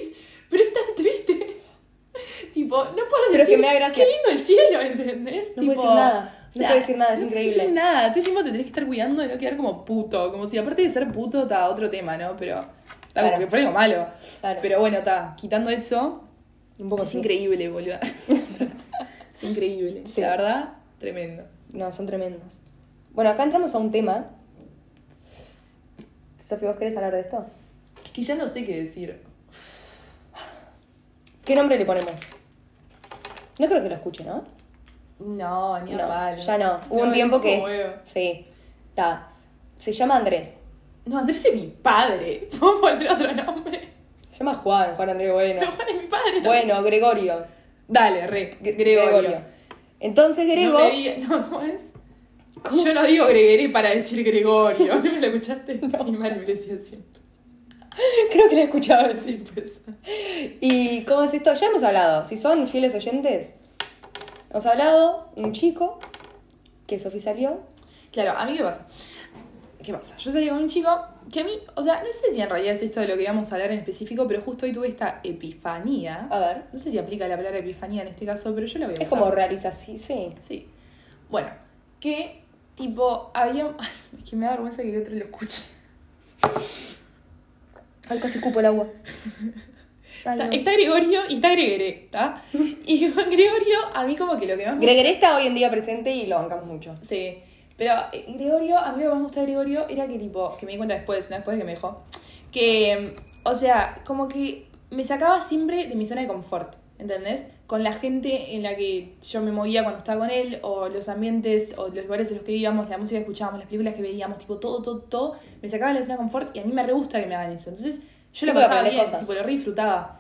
Speaker 1: pero es tan triste. tipo, no puedo decir.
Speaker 2: Pero es que me da gracia.
Speaker 1: Qué lindo el cielo, ¿entendés?
Speaker 2: No
Speaker 1: Tipo,
Speaker 2: puedo decir nada.
Speaker 1: o
Speaker 2: No
Speaker 1: sea,
Speaker 2: puedo decir nada, es
Speaker 1: no puedo
Speaker 2: increíble.
Speaker 1: decir nada. Tú el tiempo te tenés que estar cuidando de no quedar como puto. Como si, aparte de ser puto, está otro tema, ¿no? Pero. Está
Speaker 2: Claro.
Speaker 1: como que fue algo malo.
Speaker 2: Claro.
Speaker 1: Pero bueno, está. Quitando eso.
Speaker 2: Un poco
Speaker 1: es
Speaker 2: así.
Speaker 1: increíble, boludo. es increíble.
Speaker 2: Sí.
Speaker 1: La verdad, tremendo.
Speaker 2: No, son tremendos. Bueno, acá entramos a un tema. Sofía, ¿vos querés hablar de esto?
Speaker 1: Es que ya no sé qué decir.
Speaker 2: ¿Qué nombre le ponemos? No creo que lo escuche, ¿no?
Speaker 1: No, ni a
Speaker 2: no,
Speaker 1: palos.
Speaker 2: ya no. Hubo un
Speaker 1: me
Speaker 2: tiempo
Speaker 1: chupa
Speaker 2: que...
Speaker 1: huevo.
Speaker 2: Sí. Está. Se llama Andrés.
Speaker 1: No, Andrés es mi padre. ¿Puedo poner otro nombre?
Speaker 2: Se llama Juan, Juan Andrés Bueno.
Speaker 1: Pero Juan es mi padre. también.
Speaker 2: Bueno, Gregorio.
Speaker 1: Dale, re. Gregorio.
Speaker 2: Entonces Grego...
Speaker 1: No, me diga- no, ¿cómo es? Yo no digo Gregory para decir Gregorio. ¿No me lo escuchaste? Mi madre me lo decía siempre.
Speaker 2: Creo que lo he escuchado
Speaker 1: Sí,
Speaker 2: decir.
Speaker 1: pues.
Speaker 2: ¿Y cómo es esto? Ya hemos hablado. Si son fieles oyentes, hemos hablado un chico que Sofi salió.
Speaker 1: Claro, a mí qué pasa. ¿Qué pasa? Yo salí con un chico que a mí, o sea, no sé si en realidad es esto de lo que íbamos a hablar en específico, pero justo hoy tuve esta epifanía.
Speaker 2: A ver.
Speaker 1: No sé si aplica la palabra epifanía en este caso, pero yo la voy a
Speaker 2: Es
Speaker 1: usar.
Speaker 2: como realización, sí.
Speaker 1: Sí. Bueno, que tipo había. Ay, es que me da vergüenza que el otro lo escuche.
Speaker 2: Ay, casi cupo el agua. Ay,
Speaker 1: Está,
Speaker 2: no.
Speaker 1: está Gregorio y está Gregere, ¿está? Y con Gregorio, a mí como que lo que más me
Speaker 2: Gregory está hoy en día presente y lo bancamos mucho.
Speaker 1: Sí. Pero eh, Gregorio, a mí lo que más me gustó de Gregorio era que tipo, que me di cuenta después, no después de que me dejó, que, mm, o sea, como que me sacaba siempre de mi zona de confort, ¿entendés? Con la gente en la que yo me movía cuando estaba con él, o los ambientes, o los lugares en los que íbamos, la música que escuchábamos, las películas que veíamos, tipo todo, todo, todo, me sacaba de la zona de confort y a mí me re gusta que me hagan eso. Entonces, yo
Speaker 2: Sí,
Speaker 1: lo
Speaker 2: porque
Speaker 1: pasaba
Speaker 2: aprendés
Speaker 1: bien,
Speaker 2: cosas.
Speaker 1: tipo, lo re disfrutaba.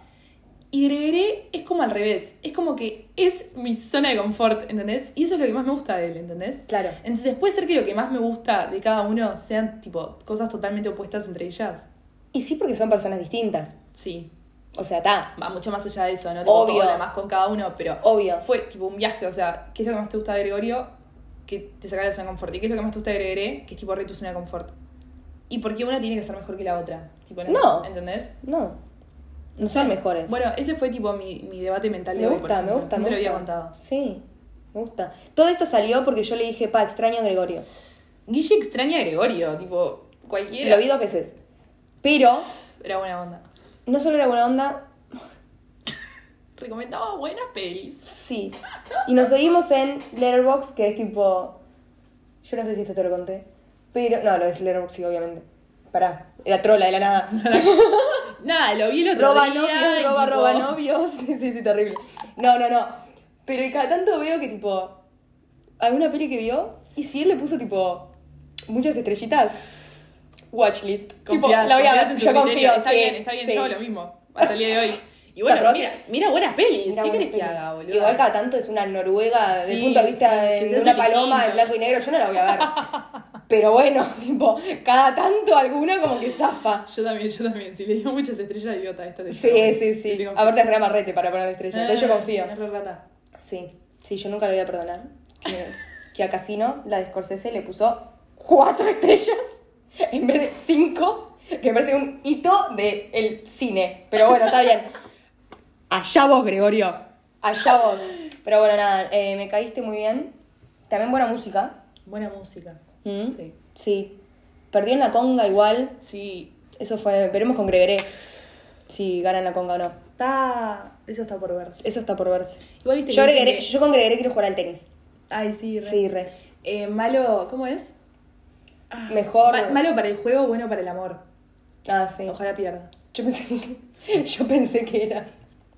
Speaker 1: Y Gregory es como al revés, es como que es mi zona de confort, ¿entendés? Y eso es lo que más me gusta de él, ¿entendés?
Speaker 2: Claro.
Speaker 1: Entonces puede ser que lo que más me gusta de cada uno sean tipo cosas totalmente opuestas entre ellas.
Speaker 2: Y sí, porque son personas distintas.
Speaker 1: Sí.
Speaker 2: O sea, está.
Speaker 1: Va mucho más allá de eso, ¿no? Tipo, todo
Speaker 2: Obvio.
Speaker 1: lo demás con cada uno, pero
Speaker 2: Obvio.
Speaker 1: fue tipo un viaje, o sea, ¿qué es lo que más te gusta de Gregorio? Que te saca de la zona de confort. ¿Y qué es lo que más te gusta de Gregoré? Que es tipo re tu zona de confort. ¿Y por qué una tiene que ser mejor que la otra? Tipo,
Speaker 2: No.
Speaker 1: ¿Entendés?
Speaker 2: No. No son mejores.
Speaker 1: Bueno, ese fue tipo mi, mi debate mental de
Speaker 2: me
Speaker 1: hoy, por
Speaker 2: gusta, me
Speaker 1: ejemplo.
Speaker 2: gusta,
Speaker 1: No
Speaker 2: me
Speaker 1: te lo había
Speaker 2: gusta.
Speaker 1: contado.
Speaker 2: Sí, me gusta. Todo esto salió porque yo le dije, pa, extraño a Gregorio.
Speaker 1: Guille extraña a Gregorio, tipo, cualquiera.
Speaker 2: Lo vi dos veces. Pero
Speaker 1: Era buena onda.
Speaker 2: no solo era buena onda,
Speaker 1: Recomendaba buenas pelis.
Speaker 2: Sí. Y nos seguimos en Letterboxd, que es tipo. Yo no sé si esto te lo conté. Pero. No, lo es Letterboxd, sí, obviamente. Pará. Era trola de la nada.
Speaker 1: Nada, lo vi el otro
Speaker 2: roba
Speaker 1: día.
Speaker 2: novios,
Speaker 1: y
Speaker 2: roba,
Speaker 1: tipo-
Speaker 2: roba novios. Sí, sí, sí, terrible. No, no, no. Pero y cada tanto veo que tipo. Alguna peli que vio. Y si él le puso tipo. Muchas estrellitas. Watchlist. Tipo,
Speaker 1: Confiás,
Speaker 2: la voy a
Speaker 1: confiás
Speaker 2: ver.
Speaker 1: en su criterio.
Speaker 2: Yo confío.
Speaker 1: Está
Speaker 2: sí,
Speaker 1: bien, está bien,
Speaker 2: sí.
Speaker 1: yo hago lo mismo. Hasta el día de hoy. Y bueno,
Speaker 2: Claro,
Speaker 1: mira, mira buenas pelis.
Speaker 2: Mira,
Speaker 1: ¿Qué
Speaker 2: bueno,
Speaker 1: querés que
Speaker 2: pero-
Speaker 1: haga, boludo?
Speaker 2: Igual cada tanto es una Noruega desde el
Speaker 1: Sí,
Speaker 2: punto de vista
Speaker 1: sí, que
Speaker 2: de-
Speaker 1: se
Speaker 2: de
Speaker 1: hace
Speaker 2: una paloma
Speaker 1: distinto.
Speaker 2: en blanco y negro, yo no la voy a ver. Pero bueno, tipo, cada tanto alguna como que zafa.
Speaker 1: Yo también, yo también. Si le digo muchas estrellas, idiota, esta te
Speaker 2: Sí, sí, sí.
Speaker 1: A
Speaker 2: Aparte es re amarrete para poner estrellas, entonces yo confío.
Speaker 1: Ah, Es re rata.
Speaker 2: Sí, sí, yo nunca lo voy a perdonar. Que, que a Casino, la de Scorsese, le puso cuatro estrellas en vez de cinco, que me parece un hito del cine. Pero bueno, está bien. Allá vos, Gregorio. Allá vos. Pero bueno, nada, eh, me caíste muy bien. También buena música.
Speaker 1: Buena música.
Speaker 2: ¿Mm?
Speaker 1: Sí.
Speaker 2: Sí. Perdió en la conga igual.
Speaker 1: Sí.
Speaker 2: Eso fue. Veremos con Gregory si ganan la conga o no.
Speaker 1: Está. Eso está por verse.
Speaker 2: Eso está por verse.
Speaker 1: Igual viste
Speaker 2: Yo,
Speaker 1: que dicen
Speaker 2: Gregory-
Speaker 1: que-
Speaker 2: yo con Gregory quiero jugar al tenis.
Speaker 1: Ay, sí, re.
Speaker 2: Sí, re.
Speaker 1: Eh, malo, ¿cómo es?
Speaker 2: Mejor.
Speaker 1: Ma- malo para el juego, bueno para el amor.
Speaker 2: Ah, sí.
Speaker 1: Ojalá pierda.
Speaker 2: Yo pensé que, yo pensé que era.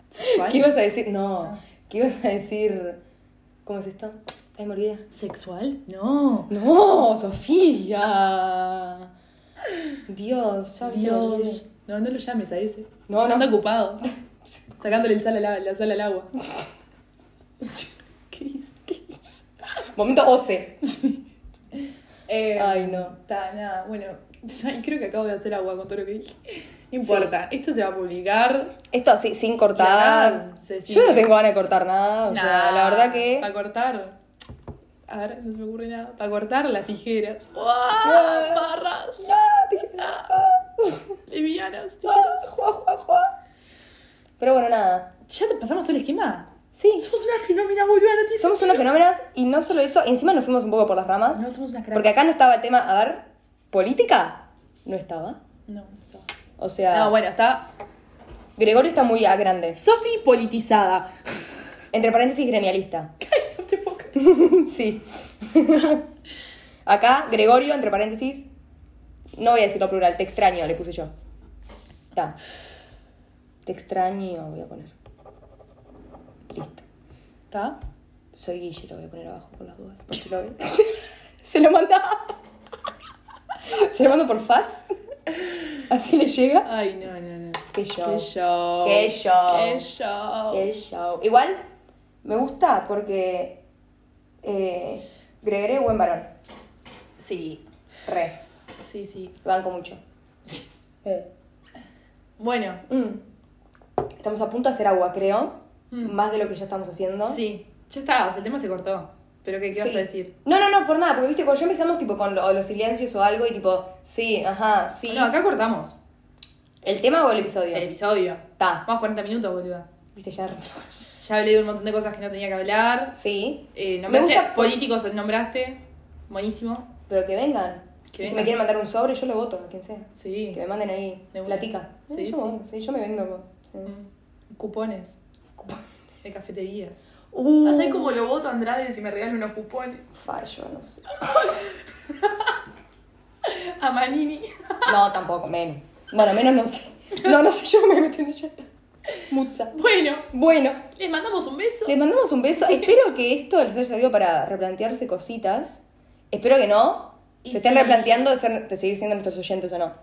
Speaker 1: ¿Sexual?
Speaker 2: ¿Qué ibas a decir? No. ¿Qué ibas a decir? ¿Cómo es esto? Ay, me olvidé.
Speaker 1: ¿Sexual? No.
Speaker 2: No, Sofía. Dios, ya viste, me olvidé.
Speaker 1: Dios. No, no lo llames a ese.
Speaker 2: No, no.
Speaker 1: Anda ocupado. Sacándole el sal a la, la sal al agua. ¿Qué hice?
Speaker 2: Momento OCE.
Speaker 1: Eh,
Speaker 2: Ay, no.
Speaker 1: ta, nada, bueno. Ay, creo que acabo de hacer agua con todo lo que dije. No importa, esto se va a publicar.
Speaker 2: Esto así, sin cortar.
Speaker 1: Claro, se sigue.
Speaker 2: Yo no tengo ganas de cortar nada. O sea, la verdad que.
Speaker 1: Para cortar. A ver, no se me ocurre nada. Para cortar las tijeras.
Speaker 2: Ah.
Speaker 1: ¡Uah! ¡Barras!
Speaker 2: Ah, dije, ah,
Speaker 1: ¡Livianas!
Speaker 2: ah, jua, jua, jua. Pero bueno, nada.
Speaker 1: ¿Ya te pasamos todo el esquema?
Speaker 2: Sí,
Speaker 1: Somos una fenómena, boludo. No tiene
Speaker 2: somos unos fenómenos y no solo eso, encima nos fuimos un poco por las ramas.
Speaker 1: No, somos unas cracks.
Speaker 2: Porque acá no estaba el tema, a ver, política no estaba.
Speaker 1: No, no estaba.
Speaker 2: O sea,
Speaker 1: No, bueno, está.
Speaker 2: Gregorio está muy a grande.
Speaker 1: Sofi politizada.
Speaker 2: Entre paréntesis, gremialista.
Speaker 1: No te puedo creer.
Speaker 2: sí. acá, Gregorio, entre paréntesis, no voy a decirlo plural, te extraño, le puse yo. Está. Te extraño, voy a poner. Listo.
Speaker 1: ¿Está?
Speaker 2: Soy Guille, lo voy a poner abajo por las dudas, por si lo ven. Se lo manda. Se lo mando por fax. Así le llega.
Speaker 1: Ay, no, no, no.
Speaker 2: Qué show.
Speaker 1: Qué show.
Speaker 2: Qué show.
Speaker 1: Qué show.
Speaker 2: Qué show. Igual me gusta porque eh, Gregorio es buen varón.
Speaker 1: Sí,
Speaker 2: Re.
Speaker 1: sí, sí.
Speaker 2: Lo banco mucho. Eh.
Speaker 1: Bueno,
Speaker 2: Mm. Estamos a punto de hacer agua, creo. Más de lo que ya estamos haciendo.
Speaker 1: Mm. sí. Ya está, o sea, el tema se cortó. Pero ¿qué, qué vas
Speaker 2: Sí.
Speaker 1: a decir?
Speaker 2: No, no, no, por nada, porque viste, cuando ya empezamos tipo con lo- los silencios o algo y tipo, sí, ajá, sí.
Speaker 1: No, acá cortamos.
Speaker 2: ¿El tema o el episodio?
Speaker 1: El episodio.
Speaker 2: Ta.
Speaker 1: Vamos 40 minutos, boluda.
Speaker 2: Viste, ya.
Speaker 1: Ya hablé de un montón de cosas que no tenía que hablar.
Speaker 2: Sí.
Speaker 1: Eh,
Speaker 2: me
Speaker 1: nombraste
Speaker 2: gusta,
Speaker 1: políticos, nombraste. Buenísimo.
Speaker 2: pero que vengan.
Speaker 1: Que
Speaker 2: Y Si
Speaker 1: vengan.
Speaker 2: me quieren mandar un sobre, yo lo voto, a quien sea.
Speaker 1: Sí.
Speaker 2: Que me manden ahí.
Speaker 1: De una.
Speaker 2: Platica.
Speaker 1: Sí,
Speaker 2: Sí, yo
Speaker 1: sí.
Speaker 2: voto, sí, yo me vendo. sí.
Speaker 1: Mm. Cupones. De cafeterías.
Speaker 2: Uh,
Speaker 1: ¿Sabes cómo lo voto a Andrade si me regala unos cupones?
Speaker 2: Fallo, no sé.
Speaker 1: A Manini.
Speaker 2: No, tampoco, menos. Bueno, menos no sé. No, no sé, yo me meto en ella. Mutza.
Speaker 1: Bueno,
Speaker 2: Bueno,
Speaker 1: les mandamos un beso.
Speaker 2: les mandamos un beso. Espero que esto les haya servido para replantearse cositas. Espero que no.
Speaker 1: Y
Speaker 2: se estén
Speaker 1: sí.
Speaker 2: replanteando de, ser- de seguir siendo nuestros oyentes o no.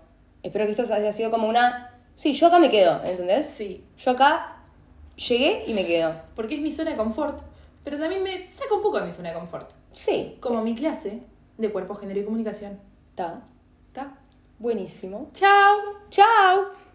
Speaker 2: Espero que esto haya sido como una. Sí, yo acá me quedo, ¿entendés?
Speaker 1: Sí,
Speaker 2: Yo acá llegué y me quedo.
Speaker 1: porque es mi zona de confort, pero también me saca un poco de mi zona de confort.
Speaker 2: Sí,
Speaker 1: Como mi clase de cuerpo, género y comunicación.
Speaker 2: está
Speaker 1: ¿Está?
Speaker 2: buenísimo.
Speaker 1: ¡Chao!
Speaker 2: ¡Chao!